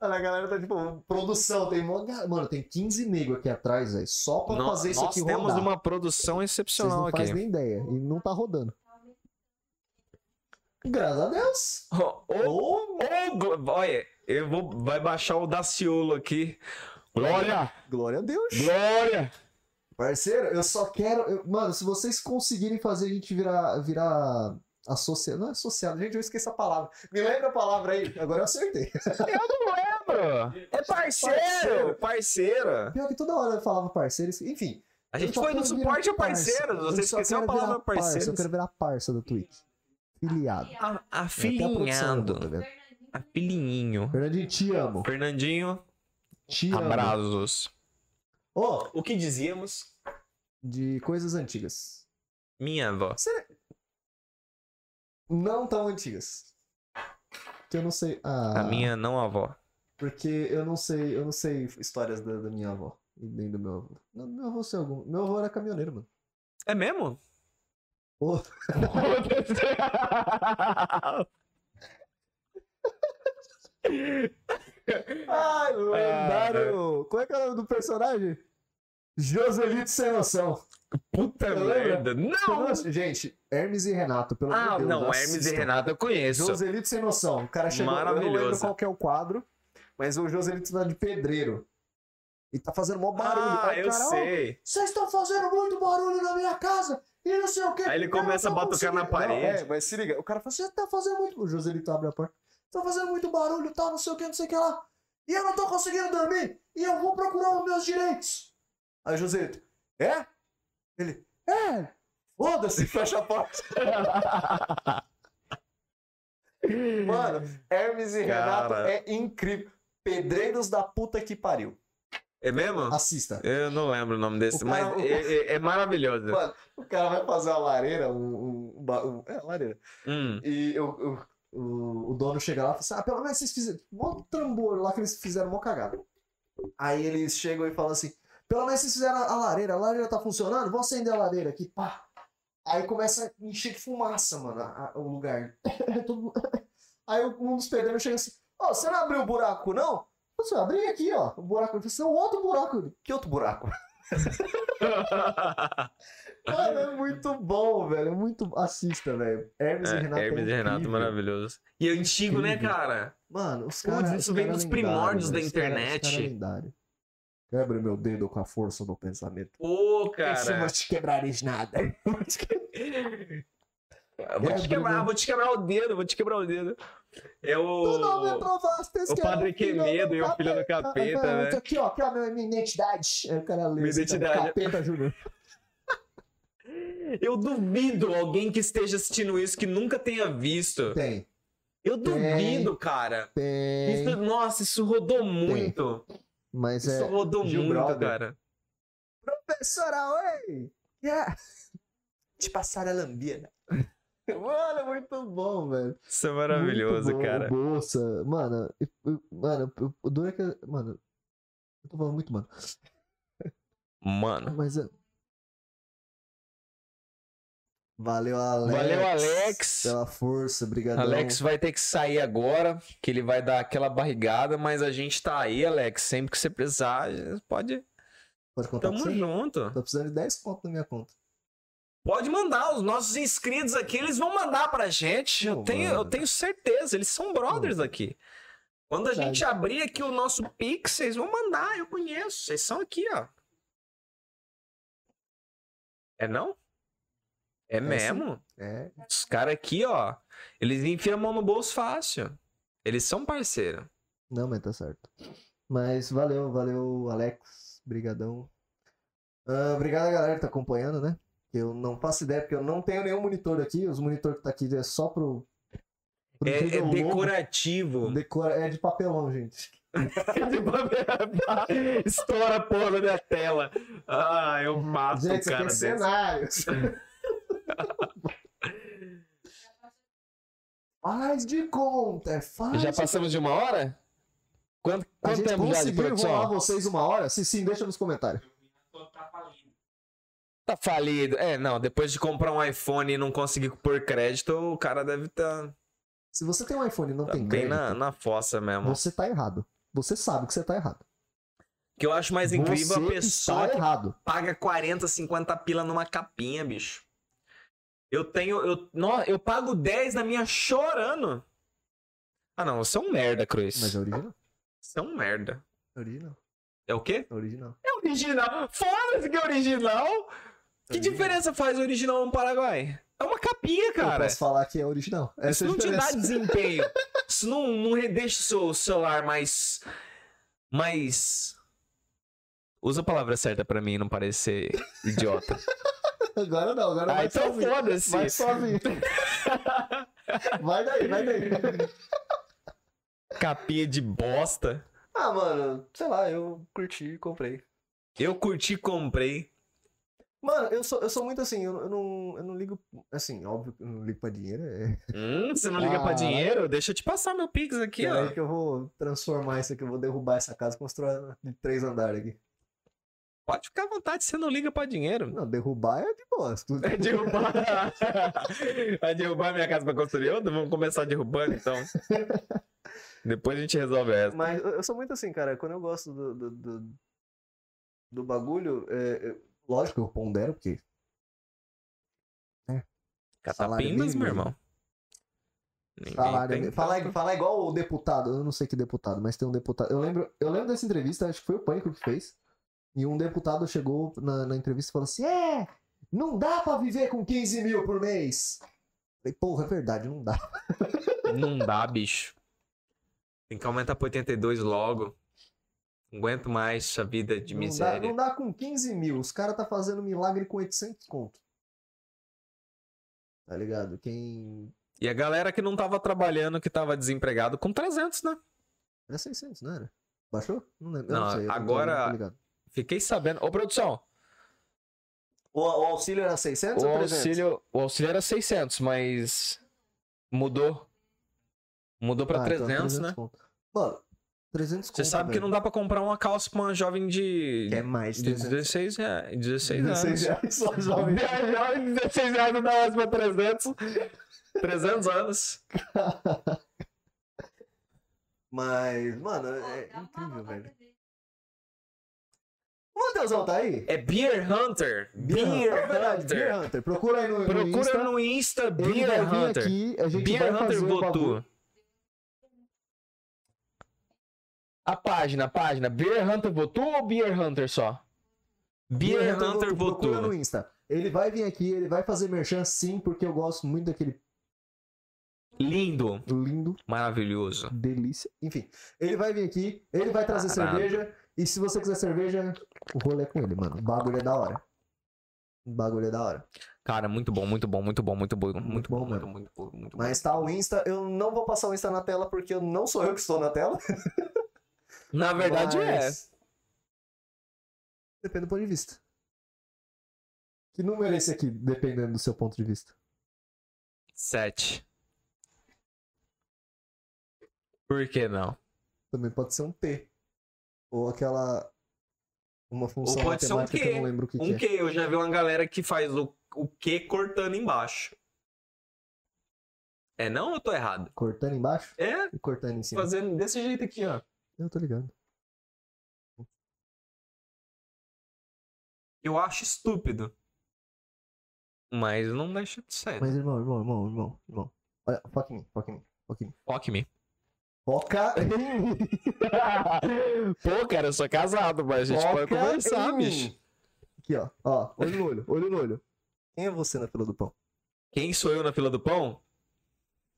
Olha, a galera tá tipo, produção, tem mó ga- Mano, tem 15 negros aqui atrás, velho. Só pra Nó- fazer isso nós aqui temos rodar. uma produção Tá. Vocês excepcional não aqui. fazem nem ideia. E não tá rodando. Graças a Deus. Ô, ô, ô, Glo- olha, eu vou, vai baixar o Daciolo aqui. Glória! Glória a Deus. Glória! Parceiro, eu só quero. eu- mano, se vocês conseguirem fazer a gente virar. virar associado. Não é associado, gente, eu esqueci a palavra. Me lembra a palavra aí. Agora eu acertei. Lembro! É parceiro! Parceira! Pior que toda hora eu falava parceiro. isso- Enfim. A eu gente só foi do quero virar suporte a parça. parceiros. Eu Você só esqueceu a quero virar palavra parça, parceiros. Eu quero virar parça da Twitch. Filiado. A- Filhado. Afilhinhado. Afilhinho. tá Fernandinho, te amo. Fernandinho, Te amo. abraços. Ô, O que dizíamos? de coisas antigas. Minha avó. Não tão antigas. Que eu não sei. Ah, A minha não avó. Porque eu não sei, eu não sei histórias da, da minha avó. E nem do meu avô. Não, meu avô sei algum. Meu avô era caminhoneiro, mano. É mesmo? Ô. Ai, Ah, lendário! né? Qual é que é o nome do personagem? Joselito Sem Noção. Puta merda. Lembra? Não! é? Gente, Hermes e Renato, pelo amor Ah, de Deus. então não, Hermes e assistam. Renato eu conheço. Joselito Sem Noção. O cara chegou, eu não lembro Maravilhoso. qual que é o quadro, mas o Joselito tá de pedreiro. E tá fazendo mó barulho. Ah, Aí o eu cara, "Ó, sei. Vocês estão fazendo muito barulho na minha casa e não sei o quê. Aí ele Eu começa não a tô batucar na conseguindo." Não, parede. é, mas se liga, o cara fala, você tá fazendo muito. O Joselito abre a porta. Tá fazendo muito barulho, tá, não sei o que, não sei o que lá. E eu não tô conseguindo dormir. E eu vou procurar os meus direitos. Aí o Joselito, é? Ele, é. Foda-se, fecha a porta. Mano, Hermes e Renato Cara. é incrível. Pedreiros da puta que pariu. É mesmo? Assista. Eu não lembro o nome desse, O mas cara- é, é- é maravilhoso. Mano, O cara vai fazer uma lareira, um. um, um, ba- um- é, lareira. Hum. E eu, eu- o, o dono chega lá e fala assim: ah, pelo menos vocês fizeram. Mó tambor lá que eles fizeram, mó cagada. Aí eles chegam e falam assim: Pelo menos vocês fizeram a lareira. A lareira tá funcionando? Vou acender a lareira aqui, pá. Aí começa a encher de fumaça, mano, a- a- o lugar. Todo mundo- Aí um dos pedreiros chega assim, ó, você não abriu o buraco, não? Você abri aqui, ó, o buraco. Ele falou assim, "Não, outro buraco. Que outro buraco? Mano, é muito bom, velho. É muito... Assista, velho. Hermes e Renato. É, Hermes é e Renato, incrível. maravilhoso. E antigo, né, Incrível. cara? Mano, os Putz, caras. isso vem dos primórdios da internet. Quebra meu dedo com a força do pensamento. Pô, Isso não cara. vai te quebrar em nada. Eu Vou é te quebrar, vou te quebrar o dedo, vou te quebrar o dedo. É Tu não me o. provaste é O padre Quevedo e o filho do capeta, né? Ah, Aqui, ó, aqui, ó, minha, minha identidade. Aí o cara lê. Minha assim, tá, identidade. Capeta, Júnior. Eu duvido alguém que esteja assistindo isso que nunca tenha visto. Tem, Eu duvido, cara. tem. Isso- nossa, isso rodou muito. Mas Isso é. rodou Gil muito, Brother. cara. Professora, oi! Yeah. Te passar a lambida. Mano, é muito bom, velho. Isso é maravilhoso, Muito bom, cara. Bolsa, mano, eu- eu- mano, eu- o duro é que. Mano, eu tô falando muito, mano. Mano. Mas. é- Valeu, Alex. Valeu, Alex. Pela força, brigadão. Alex vai ter que sair agora, que ele vai dar aquela barrigada, mas a gente tá aí, Alex. Sempre que você precisar, pode. Pode contar com Tamo você? junto. Tô precisando de 10 pontos na minha conta. Pode mandar, os nossos inscritos aqui, eles vão mandar pra gente. Eu Não, tenho, eu mano. tenho certeza, eles são brothers aqui. Quando a Verdade. gente abrir aqui o nosso Pix, vocês vão mandar, eu conheço. Vocês são aqui, ó. É não? É, mesmo? É. Os caras aqui, ó, eles enfiam a mão no bolso fácil. Eles são parceiro. Não, mas tá certo. Mas valeu, valeu, Alex. Brigadão. Ah, obrigado a galera que tá acompanhando, né? Eu não faço ideia, porque eu não tenho nenhum monitor aqui. Os monitores que tá aqui é só pro. pro É, é incrível logo. decorativo. Decora- É de papelão, gente. Estoura a porra da tela. Ah, eu mato gente, o isso aqui cara é desse. cenários. faz de conta, é faz Já de- passamos de uma hora? Quanto, A quanto gente tempo já de conseguiu enrolar produção? vocês uma hora? Se sim, deixa nos comentários. Tá falido. É, não, depois de comprar um iPhone e não conseguir pôr crédito, o cara deve estar tá, Se você tem um iPhone e não tá tem bem crédito, na, na fossa mesmo. você tá errado. Você sabe que você tá errado. O que eu acho mais incrível é a Você pessoa está que tá errado. paga 40, 50 pila numa capinha, bicho. Eu tenho. Eu, nó, eu pago 10 na minha chorando. Ah, não, você é um merda, Cruz. Mas é original. Você é um merda. É original. É o quê? É original. É original. Foda-se que é original. Que Original. diferença faz original no Paraguai? É uma capinha, cara. Eu posso falar que é original. Isso Essa é a não te dá diferença. desempenho. Isso não, não re- deixa o seu celular mais. mais. Usa a palavra certa pra mim não parecer idiota. Agora não, agora ah, vai então sozinho. foda-se. Vai sozinho. vai daí, vai daí. Capinha de bosta. Ah, mano, sei lá, eu curti e comprei. Eu curti, comprei. Mano, eu sou, eu sou muito assim, eu, eu não, eu não ligo. Assim, óbvio que eu não ligo pra dinheiro. É. Hum, você não liga pra Caralho. dinheiro? Deixa eu te passar meu Pix aqui, Pera ó. aí que eu vou transformar isso aqui, eu vou derrubar essa casa e construir ela de três andares aqui. Pode ficar à vontade, você não liga pra dinheiro. Não, derrubar é de boa. se tudo- Vai derrubar. Vai derrubar minha casa pra construir outra? Vamos começar derrubando então. Depois a gente resolve essa. Mas eu eu sou muito assim, cara, quando eu gosto do, do, do, do bagulho, é, é- lógico, eu pondero, porque. Catapindas, mínimo, meu irmão. Ninguém Salário. tem né? Falar, tanto. falar igual o deputado, eu não sei que deputado, mas tem um deputado. Eu lembro, eu lembro dessa entrevista, acho que foi o Pânico que fez. E um deputado chegou na, na entrevista e falou assim: É, não dá pra viver com 15 mil por mês. Falei, porra, é verdade, não dá. Não dá, bicho. Tem que aumentar pra 82 logo. Não aguento mais essa vida de não miséria. Dá, não dá com 15 mil. Os caras tá fazendo milagre com 800 conto. Tá ligado? Quem. E a galera que não tava trabalhando, que tava desempregado, com 300, né? Era 600, não era? Baixou? Não lembro. eu Não, sei, eu não tô- agora- eu não tô ligado. Fiquei sabendo. Ô, produção, O, o auxílio era 600 o ou 300? auxílio, o auxílio era 600, mas mudou. Mudou pra Ah, então 300, né? conto. Mano, 300 Você sabe que não dá pra comprar uma calça pra uma jovem de, Quer mais é de 300 16 reais. 16 16 anos. é reais só jovem. 16 reais não dá mais pra 300. 300 anos. Mas, mano, é incrível, velho. O Matheusão tá aí? É Beer Hunter. Beer, É verdade, Hunter. Beer Hunter. Procura aí no, no Insta. Procura no Insta Ele Beer vai vir Hunter. aqui, a gente vai Beer fazer Hunter um bagulho. Botu. A página, a página. Beer Hunter Botu ou Beer Hunter só? Beer, Hunter Botu. Procura no Insta. Ele vai vir aqui, ele vai fazer merchan sim, porque eu gosto muito daquele Lindo. lindo, Maravilhoso. delícia. Enfim, ele vai vir aqui, ele vai trazer Caralho. cerveja. E se você quiser cerveja, o rolê é com ele, mano. O bagulho é da hora. O bagulho é da hora. Cara, muito bom, muito bom, muito bom, muito bom. Muito Muito bom, bom, muito, mano. muito bom, muito bom. Mas tá o Insta, eu não vou passar o Insta na tela porque eu não sou eu que estou na tela. Na verdade é. mas- Depende do ponto de vista. Que número é esse aqui, dependendo do seu ponto de vista? 7. Por que não? Também pode ser um T. Ou aquela. Uma função pode ser um matemática que eu Q. não lembro o que, Um que é. que eu já vi uma galera que faz o, o que cortando embaixo. É não ou eu tô errado? Cortando embaixo É, e cortando em cima. fazendo desse jeito aqui, ó. Eu tô ligando. Eu acho estúpido. Mas não deixa de ser. Mas, irmão, irmão, irmão, irmão, irmão. Olha, foca em mim, foca em mim, foca em mim. Fuck me. Foca em mim. Pô, cara, eu sou casado, mas a gente Foca pode conversar, em mim. bicho. Aqui, ó. Ó, olho no olho, olho no olho. Quem é você na fila do pão? Quem sou eu na fila do pão?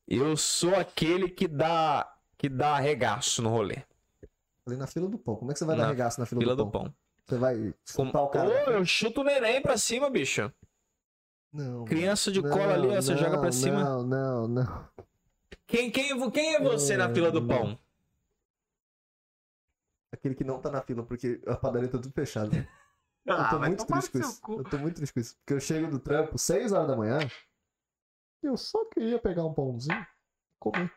Eu sou aquele que dá que dá arregaço no rolê. Falei na fila do pão. Como é que você vai dar Na regaço na fila, Fila do, do pão? pão. Você vai Como... chutar o cara? Ô, eu chuto o neném pra cima, bicho. Não. Criança de mano. cola ali, ó, você Não, joga pra cima. Não, não, não. Quem, quem, quem é você na fila do pão? Aquele que não tá na fila, porque a padaria tá tudo fechada. eu Ah, tô vai muito tomar triste com no seu isso. cu. Eu tô muito triste com isso. Porque eu chego do trampo 6 horas da manhã. e Eu só queria pegar um pãozinho e comer.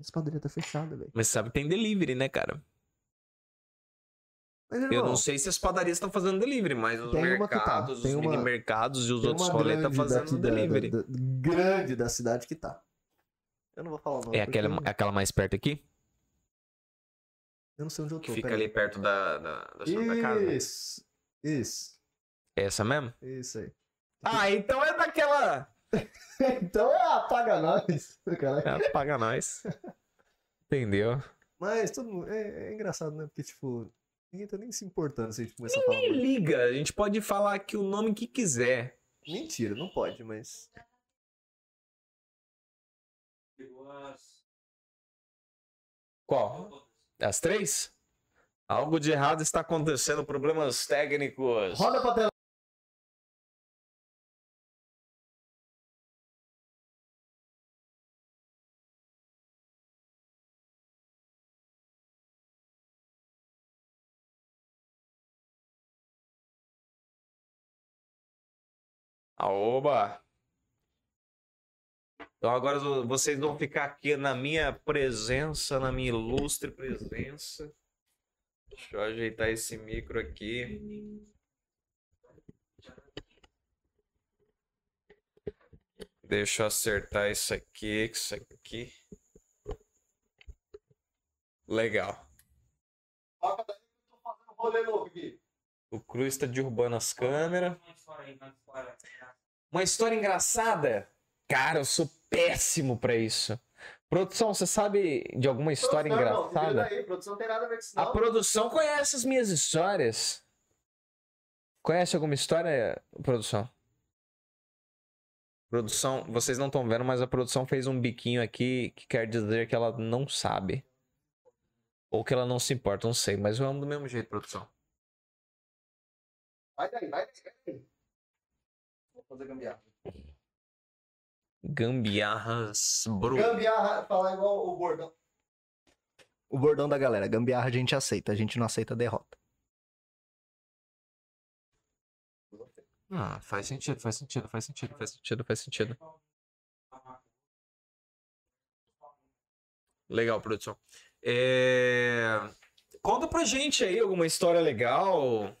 Essa padaria tá fechada, velho. Mas sabe que tem delivery, né, cara? Mas, Eu irmão, não sei se as padarias estão fazendo delivery, mas os Tem uma que tá, mercados, os tem uma- mini mercados e os tem outros uma rolês estão grande fazendo daqui da- delivery. da- da- grande da cidade que tá. Eu não vou falar o nome. É, aquela, porque é aquela mais perto aqui? Eu não sei onde eu tô. Que fica peraí. ali perto da, da, da chave da casa. Isso. Isso. É essa mesmo? Isso aí. Ah, então é daquela. Então é apaga nós. Caralho. É, paga nós. Entendeu? Mas todo mundo- é, é engraçado, né? Porque, tipo, ninguém tá nem se importando se a gente começar a falar. Quem muito. liga? A gente pode falar aqui o nome que quiser. Mentira, não pode, mas. Qual? As três? Algo de errado está acontecendo, problemas técnicos. Roda pra tela. Aoba! Então agora vo- vocês vão ficar aqui na minha presença, na minha ilustre presença. Deixa eu ajeitar esse micro aqui. Deixa eu acertar isso aqui, isso aqui. Legal. Rolê novo aqui. O Cruz está derrubando as câmeras. Uma história engraçada? Cara, eu sou péssimo pra isso. Produção, você sabe de alguma história engraçada? produção não tem nada a ver com isso, A produção conhece as minhas histórias. Conhece alguma história, produção? Produção, vocês não estão vendo, mas a produção fez um biquinho aqui que quer dizer que ela não sabe. Ou que ela não se importa, não sei, mas eu amo do mesmo jeito, produção. Vai daí, vai daí. Vou fazer gambiarra. Gambiarras, bro. Gambiarra, falar igual o bordão. O bordão da galera, gambiarra a gente aceita, a gente não aceita derrota. Ah, faz sentido, faz sentido, faz sentido, faz sentido, faz sentido. Legal, produção. É, Conta pra gente aí alguma história legal.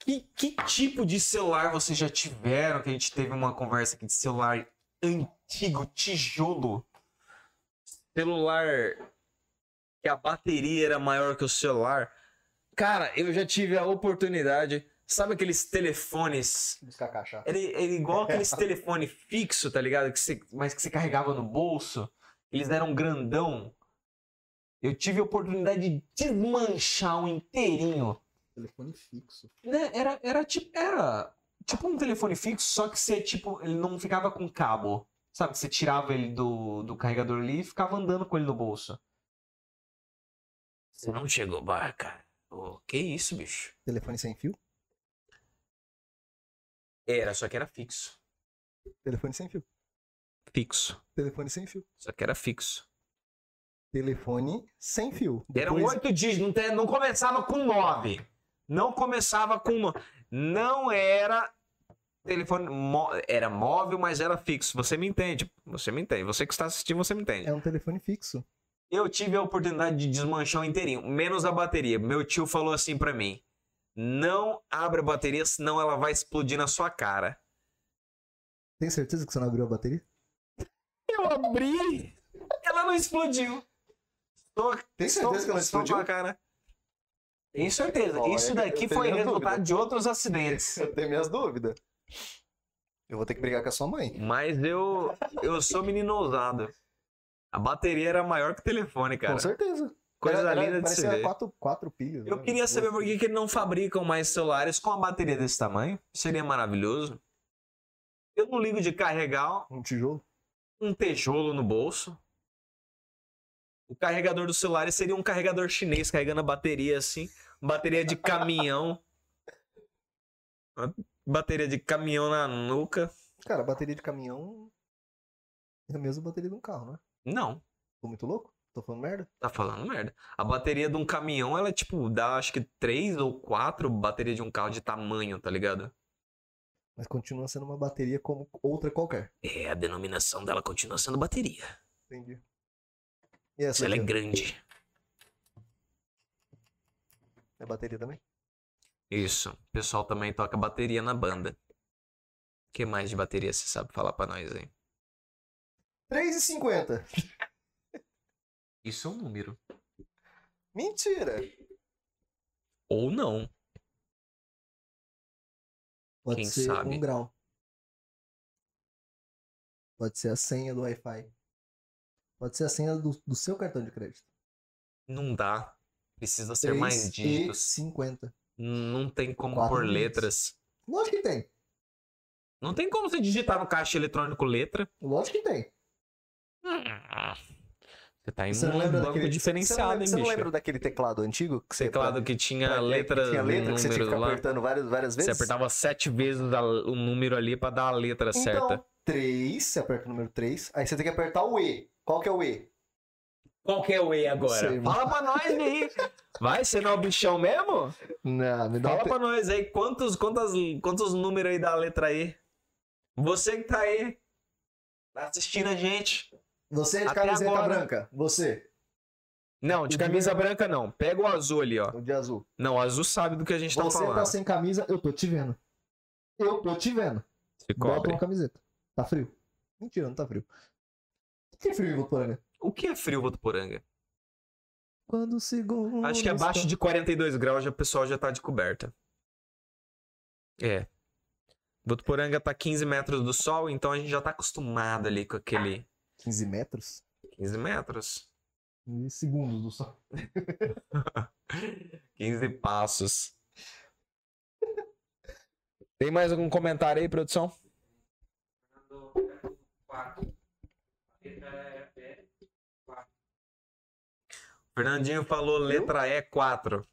Que, que tipo de celular vocês já tiveram? Que a gente teve uma conversa aqui de celular antigo, tijolo. Celular que a bateria era maior que o celular. Cara, eu já tive a oportunidade. Sabe aqueles telefones Buscar cachaça. ele, ele igual aqueles telefone fixo, tá ligado? Que você, mas que você carregava no bolso. Eles eram grandão. Eu tive a oportunidade de desmanchar um inteirinho. Telefone fixo. Né? Era, era, tipo, era tipo um telefone fixo, só que você, tipo, ele não ficava com cabo. Sabe? Você tirava ele do, do carregador ali e ficava andando com ele no bolso. Você não chegou, barca. Ô, que isso, bicho? Telefone sem fio? Era, só que era fixo. Telefone sem fio. Fixo. Telefone sem fio. Só que era fixo. Telefone sem fio. Eram Depois- oito dígitos, não, te- não começava com nove. Não começava com. no- Não era telefone. mó- Era móvel, mas era fixo. Você me entende. Você me entende. Você que está assistindo, você me entende. É um telefone fixo. Eu tive a oportunidade de desmanchar o inteirinho, menos a bateria. Meu tio falou assim pra mim: Não abre a bateria, senão ela vai explodir na sua cara. Tem certeza que você não abriu a bateria? Eu abri, ela não explodiu. Tô Tem certeza que ela Só- só explodiu? pra cara. Tenho certeza. Olha, Isso daqui eu foi tenho resultado dúvida. de outros acidentes. Eu tenho minhas dúvidas. Eu vou ter que brigar com a sua mãe. Mas eu, eu sou menino ousado. A bateria era maior que o telefone, cara. Com certeza. Coisa Era- era- linda de se parecia ver. quatro, quatro pilhas. Eu né? queria saber por que, que não fabricam mais celulares com a bateria desse tamanho. Seria maravilhoso. Eu não ligo de carregar Um tijolo? um tijolo no bolso. O carregador do celular seria um carregador chinês carregando a bateria assim, bateria de caminhão. Uma bateria de caminhão na nuca. Cara, bateria de caminhão é a mesma bateria de um carro, né? Não, Tô muito louco? Tô falando merda? tá falando merda. A bateria de um caminhão, ela tipo dá acho que três ou quatro baterias de um carro de tamanho, tá ligado? Mas continua sendo uma bateria como outra qualquer. É, a denominação dela continua sendo bateria. Entendi. E essa Se ela é aqui, ó? grande. é bateria também? Isso. O pessoal também toca bateria na banda. O que mais de bateria você sabe falar pra nós aí? 3,50. Isso é um número. Mentira! Ou não. Pode Quem ser sabe? um grau. Pode ser a senha do Wi-Fi. Pode ser a senha do, do seu cartão de crédito. Não dá. Precisa ser Três mais e dígitos. 50. Não tem como Quatro pôr dígitos. letras. Lógico que tem. Não tem como você digitar no caixa eletrônico letra. Lógico que tem. Você tá indo Você não num lembra banco daquele- diferenciado, hein, você não bicho? lembra daquele teclado antigo? Que você Teclado que tinha pra- letras, tinha letra que números você tinha que ficar lá. apertando várias, várias Você vezes? apertava sete vezes a- o número ali pra dar a letra então, certa. 3, você aperta o número 3. Aí você tem que apertar o E. Qual que é o E? Qual que é o E agora? Sei, Fala pra nós aí. Vai, você não é o bichão mesmo? Não, me dá Fala um. pra nós aí quantos, quantas, quantos números aí da letra E. Você que tá aí, tá assistindo a gente. Você é de Até camiseta agora. branca. Você, Não, de camisa branca não. Pega o azul ali, ó. o de azul. Não, o azul sabe do que a gente tá Você tá falando. sem camisa, eu tô te vendo. Eu tô te vendo. Se Bota cobre. uma camiseta. Tá frio. Mentira, não tá frio. O que é frio em Votuporanga? O que é frio Votuporanga? Quando o segundo. Acho que é abaixo de 42 graus já o pessoal já tá de coberta. É. Votuporanga tá 15 metros do sol, então a gente já tá acostumado ali com aquele 15 metros? 15 metros. 15 segundos do sol. 15 passos. Tem mais algum comentário aí, produção? Fernandinho falou letra E 4.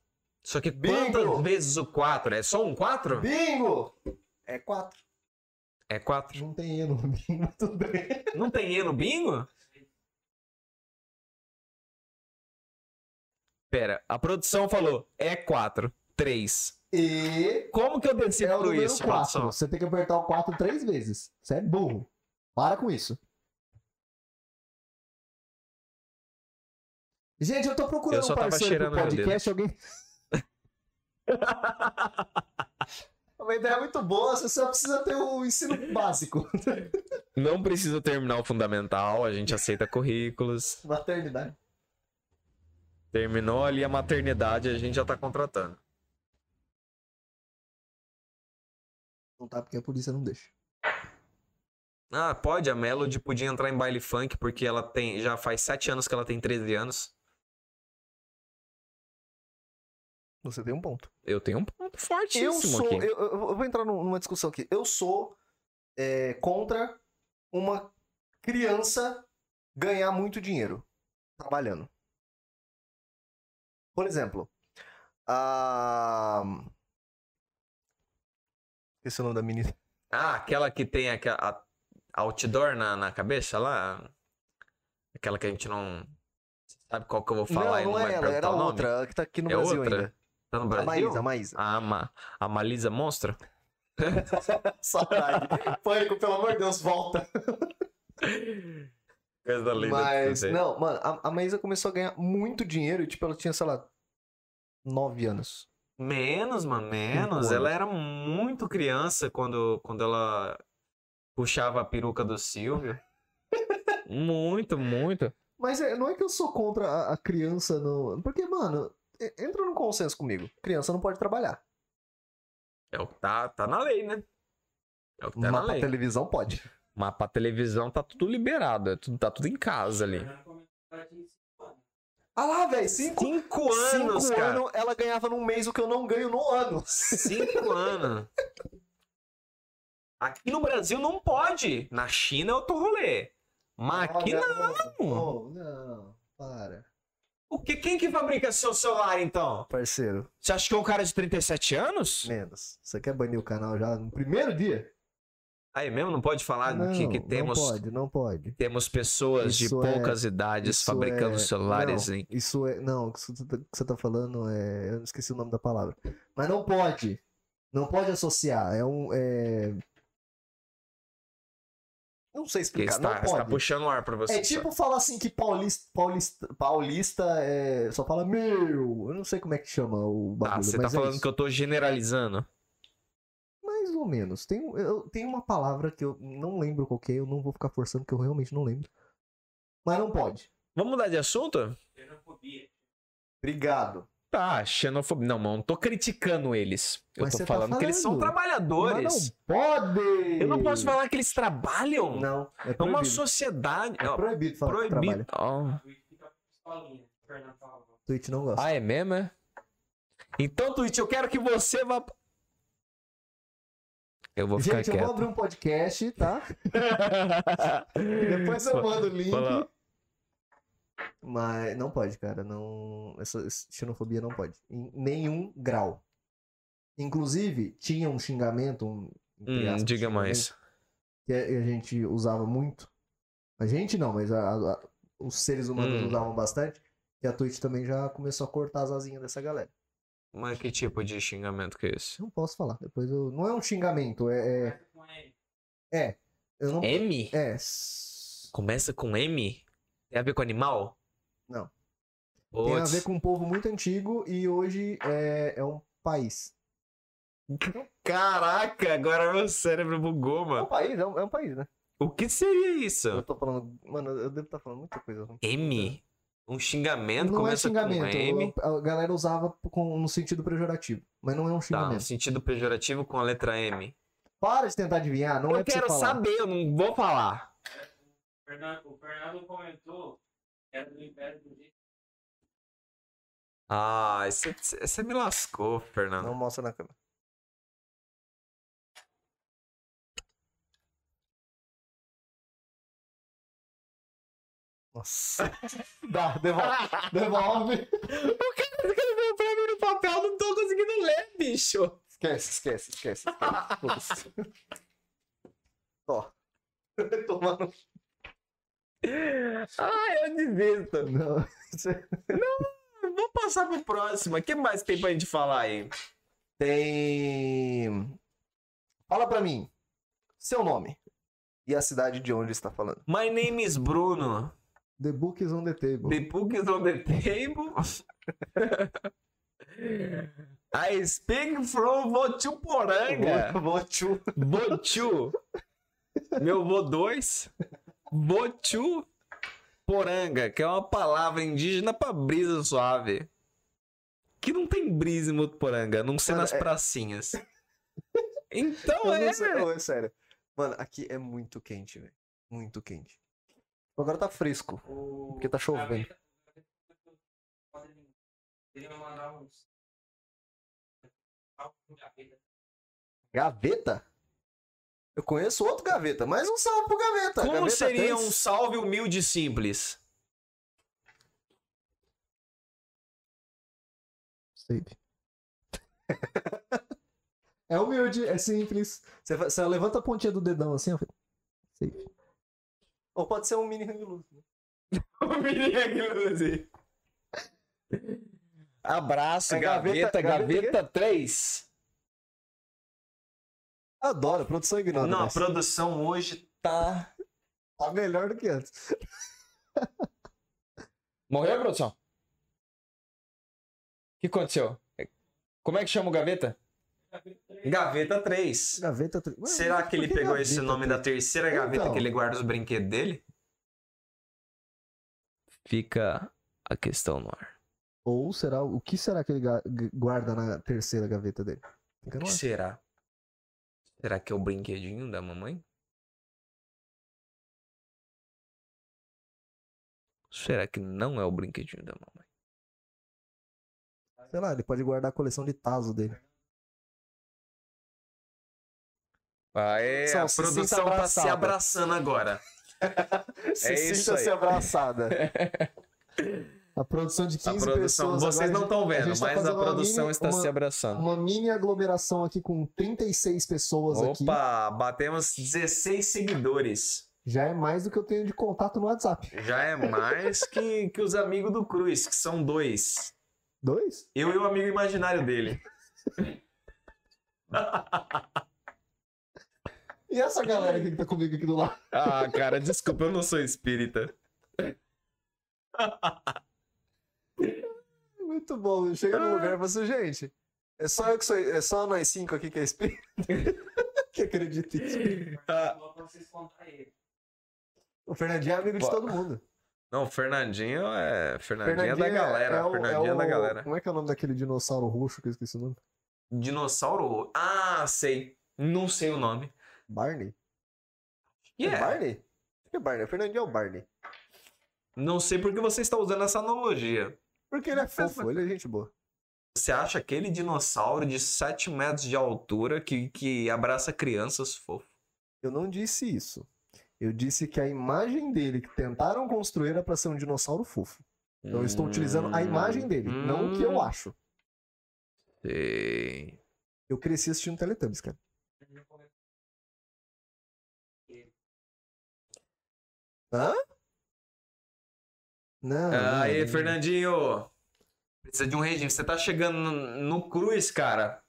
Só que Bingo! quantas vezes o 4? É só um 4? Bingo! É 4. É 4. Não tem E no bingo, tudo bem. Não tem E no bingo? Pera, a produção falou é 4, 3. E. Como que eu É o decifro número isso, 4. produção? Você tem que apertar o 4 três vezes. Você é burro. Para com isso. Gente, eu tô procurando Eu só um tava parceiro cheirando pro meu dedo. podcast, alguém... Uma ideia muito boa, você só precisa ter o ensino básico. Não precisa terminar o fundamental, a gente aceita currículos. Maternidade. Terminou ali a maternidade, a gente já tá contratando. Não tá, porque a polícia não deixa. Ah, pode, a Melody podia entrar em baile funk, porque ela tem. Já faz sete anos que ela tem 13 anos. Você tem um ponto. Eu tenho um ponto fortíssimo Eu sou. Eu, aqui. eu- eu vou entrar num- numa discussão aqui. Eu sou é, contra uma criança ganhar muito dinheiro trabalhando. Por exemplo, a. Esse é o nome da menina. Ah, aquela que tem aquela a- outdoor na, na cabeça lá? Aquela que a gente não. Sabe qual que eu vou falar e não, não vai não é ela, perguntar era o nome? outra, a que tá aqui no É Brasil outra? ainda. Tá no A Brasil? Ah, Maísa, a Maísa. A, Ma... a Malisa Monstro? Saudade. Pânico, pelo amor de Deus, volta. Coisa da Tá linda. Mas, não, mano, a, a Maísa começou a ganhar muito dinheiro e, tipo, ela tinha, sei lá, 9 anos. Menos, mano, menos. anos. Ela era muito criança quando, quando ela puxava a peruca do Silvio. muito, muito. Mas é, não é que eu sou contra a, a criança, não. Porque, mano, e- entra num consenso comigo. Criança não pode trabalhar. É o que tá, tá na lei, né? É o que tá Mas na pra lei. televisão pode. Mas pra televisão tá tudo liberado, é tudo, tá tudo em casa ali. Ah lá, velho, 5 Cinco anos, cara. anos ela ganhava num mês o que eu não ganho no ano. Cinco anos. Aqui no Brasil não pode. Na China é outro rolê. Mas aqui não. não. Oh, não, para. O que, quem que fabrica seu celular, então? Parceiro, Você acha que é um cara de 37 anos? menos. Você quer banir o canal já no primeiro dia? Aí mesmo não pode falar não, Ah, que, que não temos, pode, não pode. temos pessoas de Isso é- poucas idades Isso fabricando é- celulares. não, hein? Isso é. Não, o que você tá- o que você tá falando é. Eu não esqueci o nome da palavra. Mas não pode. Não pode associar. É um. É... Não sei Porque explicar. está, não está pode. tá puxando o ar pra você. é tipo falar assim que paulista, paulista, paulista é, só fala meu. Eu não sei como é que chama o Tá, bagulho. você tá mas é falando isso. que eu tô generalizando. Mais ou menos. Tem, um- eu, tem uma palavra que eu não lembro qual que é, eu não vou ficar forçando, que eu realmente não lembro. Mas não pode. Vamos mudar de assunto? Xenofobia. Obrigado. Tá, xenofobia. Não, mano, não tô criticando eles. Eu Mas tô você falando, tá que eles são falando. trabalhadores. Mas não pode! Eu não posso falar que eles trabalham. Não, é é uma proibido. sociedade. É ó, proibido falar que proibido. Ó. trabalha. Fica pistolinha, Fernando Pavão. Twitch não gosta. Ah, é mesmo, é? Então, Twitch, eu quero que você vá. Eu vou ficar Gente, eu quieto. vou abrir um podcast, tá? Depois eu mando o link. Fala. Mas não pode, cara. Não... Essa essa xenofobia não pode. Em nenhum grau. Inclusive, tinha um xingamento. Um, entre Hum, aspas, diga xingamento, mais. Que a a gente usava muito. A gente não, mas a- a- os seres humanos Hum. usavam bastante. E a Twitch também já começou a cortar as asinhas dessa galera. Mas que tipo de xingamento que é esse? Não posso falar. Depois eu... Não é um xingamento, é. é- Começa com ele. Eu não... M? É. s- Começa com M? Tem a ver com animal? Não. Tem a Puts. ver com um povo muito antigo e hoje é, é um país. Caraca, agora meu cérebro bugou, É um mano. país, é um, é um país, né? O que seria isso? Eu tô falando. Mano, eu devo estar falando muita coisa ruim. M? Um xingamento Não é começa xingamento. com M? A a galera usava com, no sentido pejorativo. Mas não é Tá, um no xingamento. sentido pejorativo com a letra M. Para de tentar adivinhar, não eu é pra quero você falar. saber, eu não vou falar. Fernando- O Fernando comentou que era do Império do Jeito. Ah, você- você você me lascou, Fernando. Não mostra na câmera. Nossa. Dá, devolve. devolve. O cara escreveu pra mim no papel, não tô conseguindo ler, bicho. Esquece, esquece, esquece. esquece. Foda-se. Ó. Tomando. Ah, eu desisto. Não. Vamos passar pro próximo. O que mais tem pra gente falar aí? Tem. Fala pra mim. Seu nome. E a cidade de onde está falando. My name is Bruno. The book is on the table. The book is on the table. I speak from é Votuporanga. Votu. Botiu. Meu vô 2. Botiu. Poranga, que é uma palavra indígena pra brisa suave. Que não tem brisa em Mutuporanga, a não ser Mano, nas é- pracinhas. Então Eu é. não sei- não, é sério. Mano, aqui é muito quente, velho. Muito quente. Agora tá fresco, O... tá porque tá chovendo. assim. Ele vai mandar uns. Gaveta? Eu conheço outro gaveta, mas um salve pro gaveta. Como Gaveta seria tem- um salve humilde e simples? Sabe. é humilde, é simples. Você, fa- você levanta a pontinha do dedão assim, ó. Sabe. Ou pode ser um mini hang loose. né? O menino aqui, Luzi. Abraço, É gaveta, gaveta- gaveta gaveta 3. Adoro, produção ignorada. Não, a mas produção hoje tá... tá melhor do que antes. Morreu, produção? O que aconteceu? Como é que chama o gaveta? Gaveta 3. Gaveta. tri- Ué, Será mas que por ele pegou gaveta esse nome tri- da terceira gaveta Então. que ele guarda os brinquedos dele? Fica a questão no ar. Ou será o que será que ele ga- gu- guarda na terceira gaveta dele? Fica O no que ar. será? Será que é o brinquedinho da mamãe? Será que não é o brinquedinho da mamãe? Sei lá, ele pode guardar a coleção de Tazo dele. Aê, Só a se sinta produção tá se abraçada. abraçando agora. Se É isso sinta-se aí. abraçada. A produção de 15 A produção, pessoas. vocês agora não estão a vendo, gente tá mas a fazendo uma produção mini- está uma- se abraçando. Uma mini aglomeração aqui com 36 pessoas aqui. Opa, Ah, batemos 16 seguidores. Já é mais do que eu tenho de contato no WhatsApp. Já é mais que, que os amigos do Cruz, que são dois. Dois? Eu e o amigo imaginário dele. E essa galera aqui que tá comigo aqui do lado? Ah, cara, desculpa, eu não sou espírita. Muito bom. Chega no lugar e fala assim, gente, é só eu que sou. É só nós cinco aqui que é espírito. que acredita em espírito. Ah. Só pra vocês contar ele. O Fernandinho é amigo de Pô, todo mundo. Não, Fernandinho é. Fernandinho é da Fernandinho galera. o- Fernandinho é da o- galera. Como é que é o nome daquele dinossauro roxo que eu esqueci o nome? Dinossauro. Ah, sei. Não sei o nome. Barney? É Yeah. Barney? Acho que é Barney. O Fernandinho é o Barney. Não sei por que você está usando essa analogia. Porque ele é fofo, ele é gente boa. Você acha aquele dinossauro de 7 metros de altura que, que abraça crianças fofo? Eu não disse isso. Eu disse que a imagem dele que tentaram construir era pra ser um dinossauro fofo. Então eu estou utilizando a imagem dele, não o que eu acho. Sei. Eu cresci assistindo Teletubbies, cara. Hã? Não. não, Ah, Aê, não. Fernandinho! Precisa de um regime. Você tá chegando no, no cruz, cara.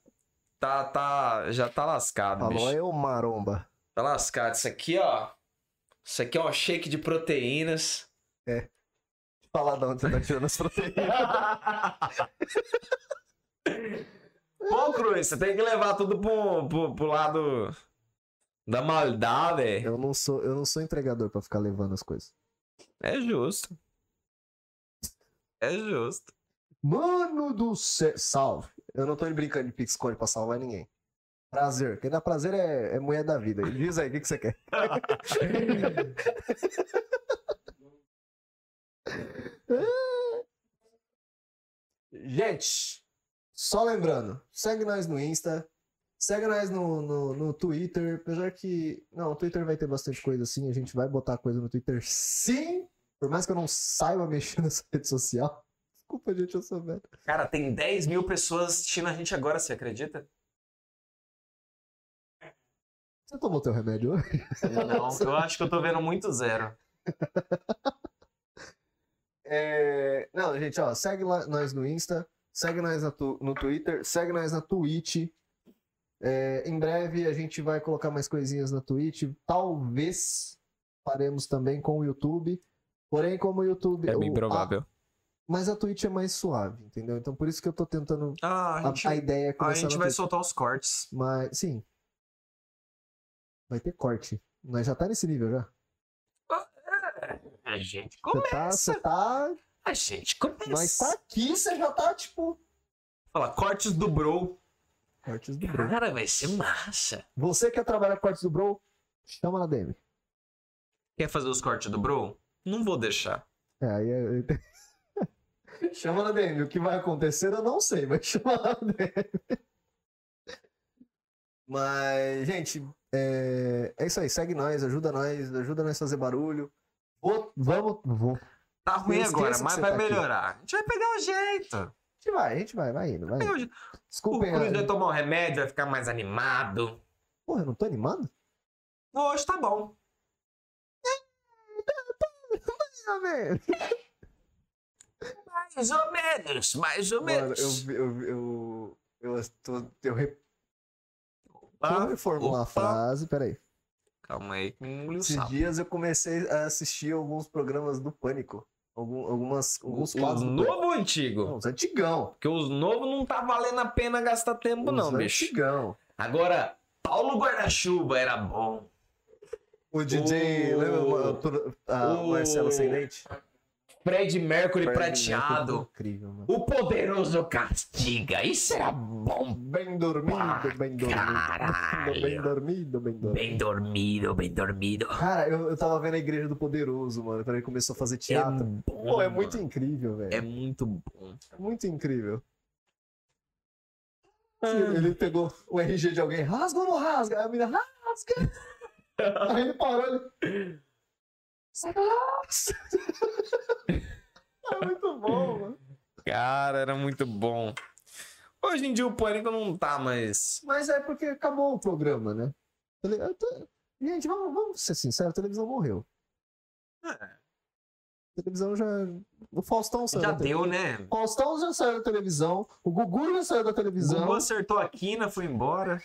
Tá, tá. Já tá lascado, bicho. Falou é o Maromba. Tá lascado. Isso aqui, ó. Isso aqui é um shake de proteínas. Falar de onde você tá tirando as proteínas. Pô, Cruz, você tem que levar tudo pro, pro, pro lado da maldade. Eu não sou, eu não sou entregador pra ficar levando as coisas. É justo. É justo. Mano do céu. Salve. Eu não tô brincando de Pixcore pra salvar ninguém. Prazer. Quem dá prazer é, é mulher da vida. Diz aí, o que, que você quer? Gente, só lembrando, segue nós no Insta, segue nós no, no, no Twitter, apesar que. Não, o Twitter vai ter bastante coisa assim, a gente vai botar coisa no Twitter sim, por mais que eu não saiba mexer nessa rede social. Desculpa, gente, eu sou velho. Cara, tem 10 mil pessoas assistindo a gente agora, você acredita? Você tomou teu remédio hoje? Não, eu acho que eu tô vendo muito zero. É, Não, gente, ó, segue lá- nós no Insta, segue nós na tu- no Twitter, segue nós na Twitch. É, em breve a gente vai colocar mais coisinhas na Twitch. Talvez faremos também com o YouTube. Porém, como o YouTube. É bem o- provável. a- mas a Twitch é mais suave, entendeu? Então por isso que eu tô tentando. Ah, A, a gente, a ideia é a começar gente na vai Twitch. soltar os cortes. Mas, sim. Vai ter corte. Nós já tá nesse nível já. A gente Você tá, você tá. A gente Nós começa. tá aqui, você já tá, tipo. Fala, cortes do Bro. Cortes do Bro. Cara, vai ser massa. Você quer trabalhar com cortes do Bro? Chama na DM. Quer fazer os cortes do Bro? Não vou deixar. É, aí é... Chama na DM. O que vai acontecer eu não sei, mas chama na DM. Mas, gente, é, é isso aí. Segue nós, ajuda nós, ajuda nós a fazer barulho. Vou, vamos, vou. A Tá ruim Esqueça agora, que mas você vai tá aqui. Hum, melhorar. A gente vai pegar o jeito. gente vai, a gente vai, vai indo, Vai vai. pegar indo. o jeito. O Desculpem, Cruz vai a... tomar um remédio, vai ficar mais animado. porra, eu não tô animado? Hoje tá bom. Ah, velho. Mais ou menos, mais ou Mano, menos. eu, eu, eu, eu, tô, eu re- vou Ah, reformular a opa. frase, peraí. Calma aí, que me engoliu o Esses sapo. dias eu comecei a assistir alguns programas do Pânico. Algum, algumas, alguns quadros Os do novo Pânico. ou antigo? Não, os antigão. Porque os novos não tá valendo a pena gastar tempo, Os não, bicho. antigão. Agora, Paulo Guarda-Chuva era bom. O DJ, O- lembra o, o- a- o o- Marcelo Sem Dente? Fred Mercury Fred Mercury, prateado. é Incrível, mano. O poderoso castiga. Isso era bom. Bem dormido, bem dormido. Caralho. Bem dormido, bem dormido. Bem dormido, bem dormido. Cara, eu, eu tava vendo a Igreja do Poderoso, mano, quando ele começou a fazer É teatro. bom, Pô, é muito mano. incrível, velho. É muito bom. É muito incrível. Ah. Ele pegou o RG de alguém, rasga ou não rasga? Aí a menina, rasga! Aí ele parou, ele... Sai da raça! É muito bom, mano. Cara, era muito bom. Hoje em dia o pânico não tá mais. Mas é porque acabou o programa, né? Tele- eu tô- Gente, vamos, vamos ser sinceros, a televisão morreu. É. A televisão já... O Faustão saiu Já da televisão. deu, né? O Faustão já saiu da televisão, o Gugu já saiu da televisão. Gugu acertou a quina, foi embora.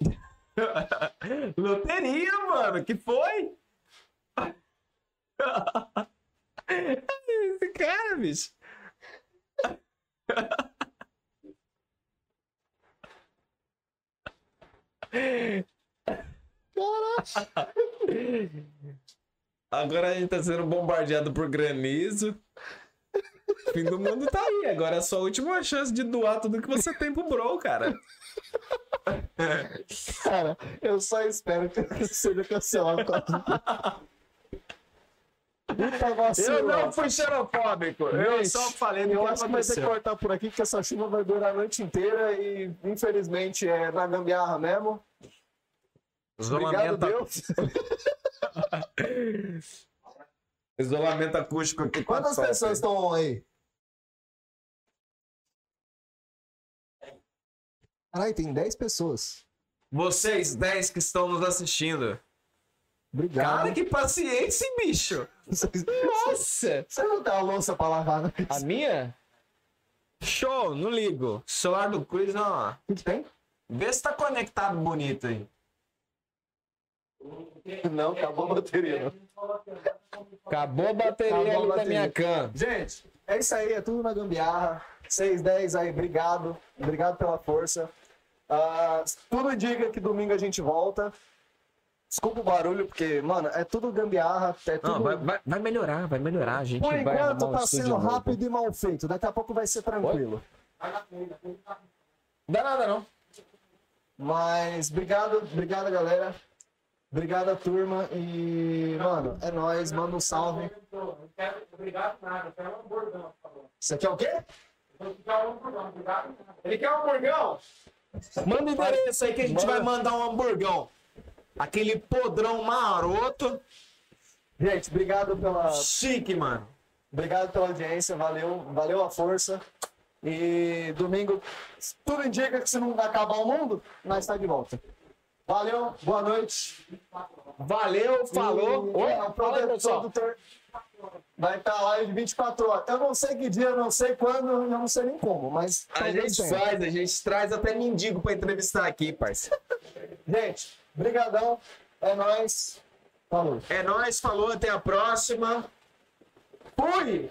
Loteria, mano, que foi? Esse cara, bicho. Agora a gente tá sendo bombardeado por granizo. O fim do mundo tá aí. Agora é a sua última chance de doar tudo que você tem pro Bro, cara. Cara, eu só espero que ele seja cancelado por causa do- Puta vacilo. Eu não fui xerofóbico. Eu Gente, só falei do Eu que acho que vai ter que aconteceu. cortar por aqui, porque essa chuva vai durar a noite inteira e, infelizmente, é na gambiarra mesmo. Obrigado, Isolamento, Deus. isolamento acústico aqui. tá Quantas top. pessoas estão aí? Caralho, tem 10 pessoas. Vocês 10 que estão nos assistindo. Cara, Obrigado. que paciência, hein, bicho. Nossa. Você não dá a louça pra lavar, né? A minha? Show, não ligo. Celular do Cruz, não. ó. O que tem? Vê se tá conectado bonito aí. Não, acabou a bateria. né? não. Acabou a bateria Acabou a ali da bateria. minha cam. Gente, é isso aí, é tudo na gambiarra. 610 aí, obrigado. Obrigado pela força. Ah, tudo indica que domingo a gente volta. Desculpa o barulho, porque, mano, é tudo gambiarra. É tudo... Não, vai, vai- vai melhorar, vai melhorar. A gente Por vai arrumar enquanto um tá estúdio sendo novo. rápido e mal feito. Daqui a pouco vai ser tranquilo. Dá nada, não. Mas obrigado, obrigado, galera. Obrigado, turma. E, mano, é nóis. Manda um salve. Não quero obrigado nada, eu quero um hamburgão, por favor. Isso aqui é o quê? Eu quero um hamburgão, obrigado. Ele quer um hamburgão? Manda o endereço aí que a gente vai mandar um hamburgão. Aquele podrão maroto. Gente, obrigado pela, Chique, mano. Obrigado pela audiência, valeu, valeu a força. E domingo, tudo indica que se não acabar o mundo, nós está de volta. Valeu, boa noite. Valeu, falou. E, Oi, é, o fala aí, pessoal. produtor vai estar tá live 24 horas. Eu não sei que dia, eu não sei quando, eu não sei nem como, mas tá A talvez gente tenha. faz, a gente traz até mendigo pra entrevistar aqui, parceiro. Gente, brigadão, é nóis. Falou. É nóis, falou, até a próxima. Fui!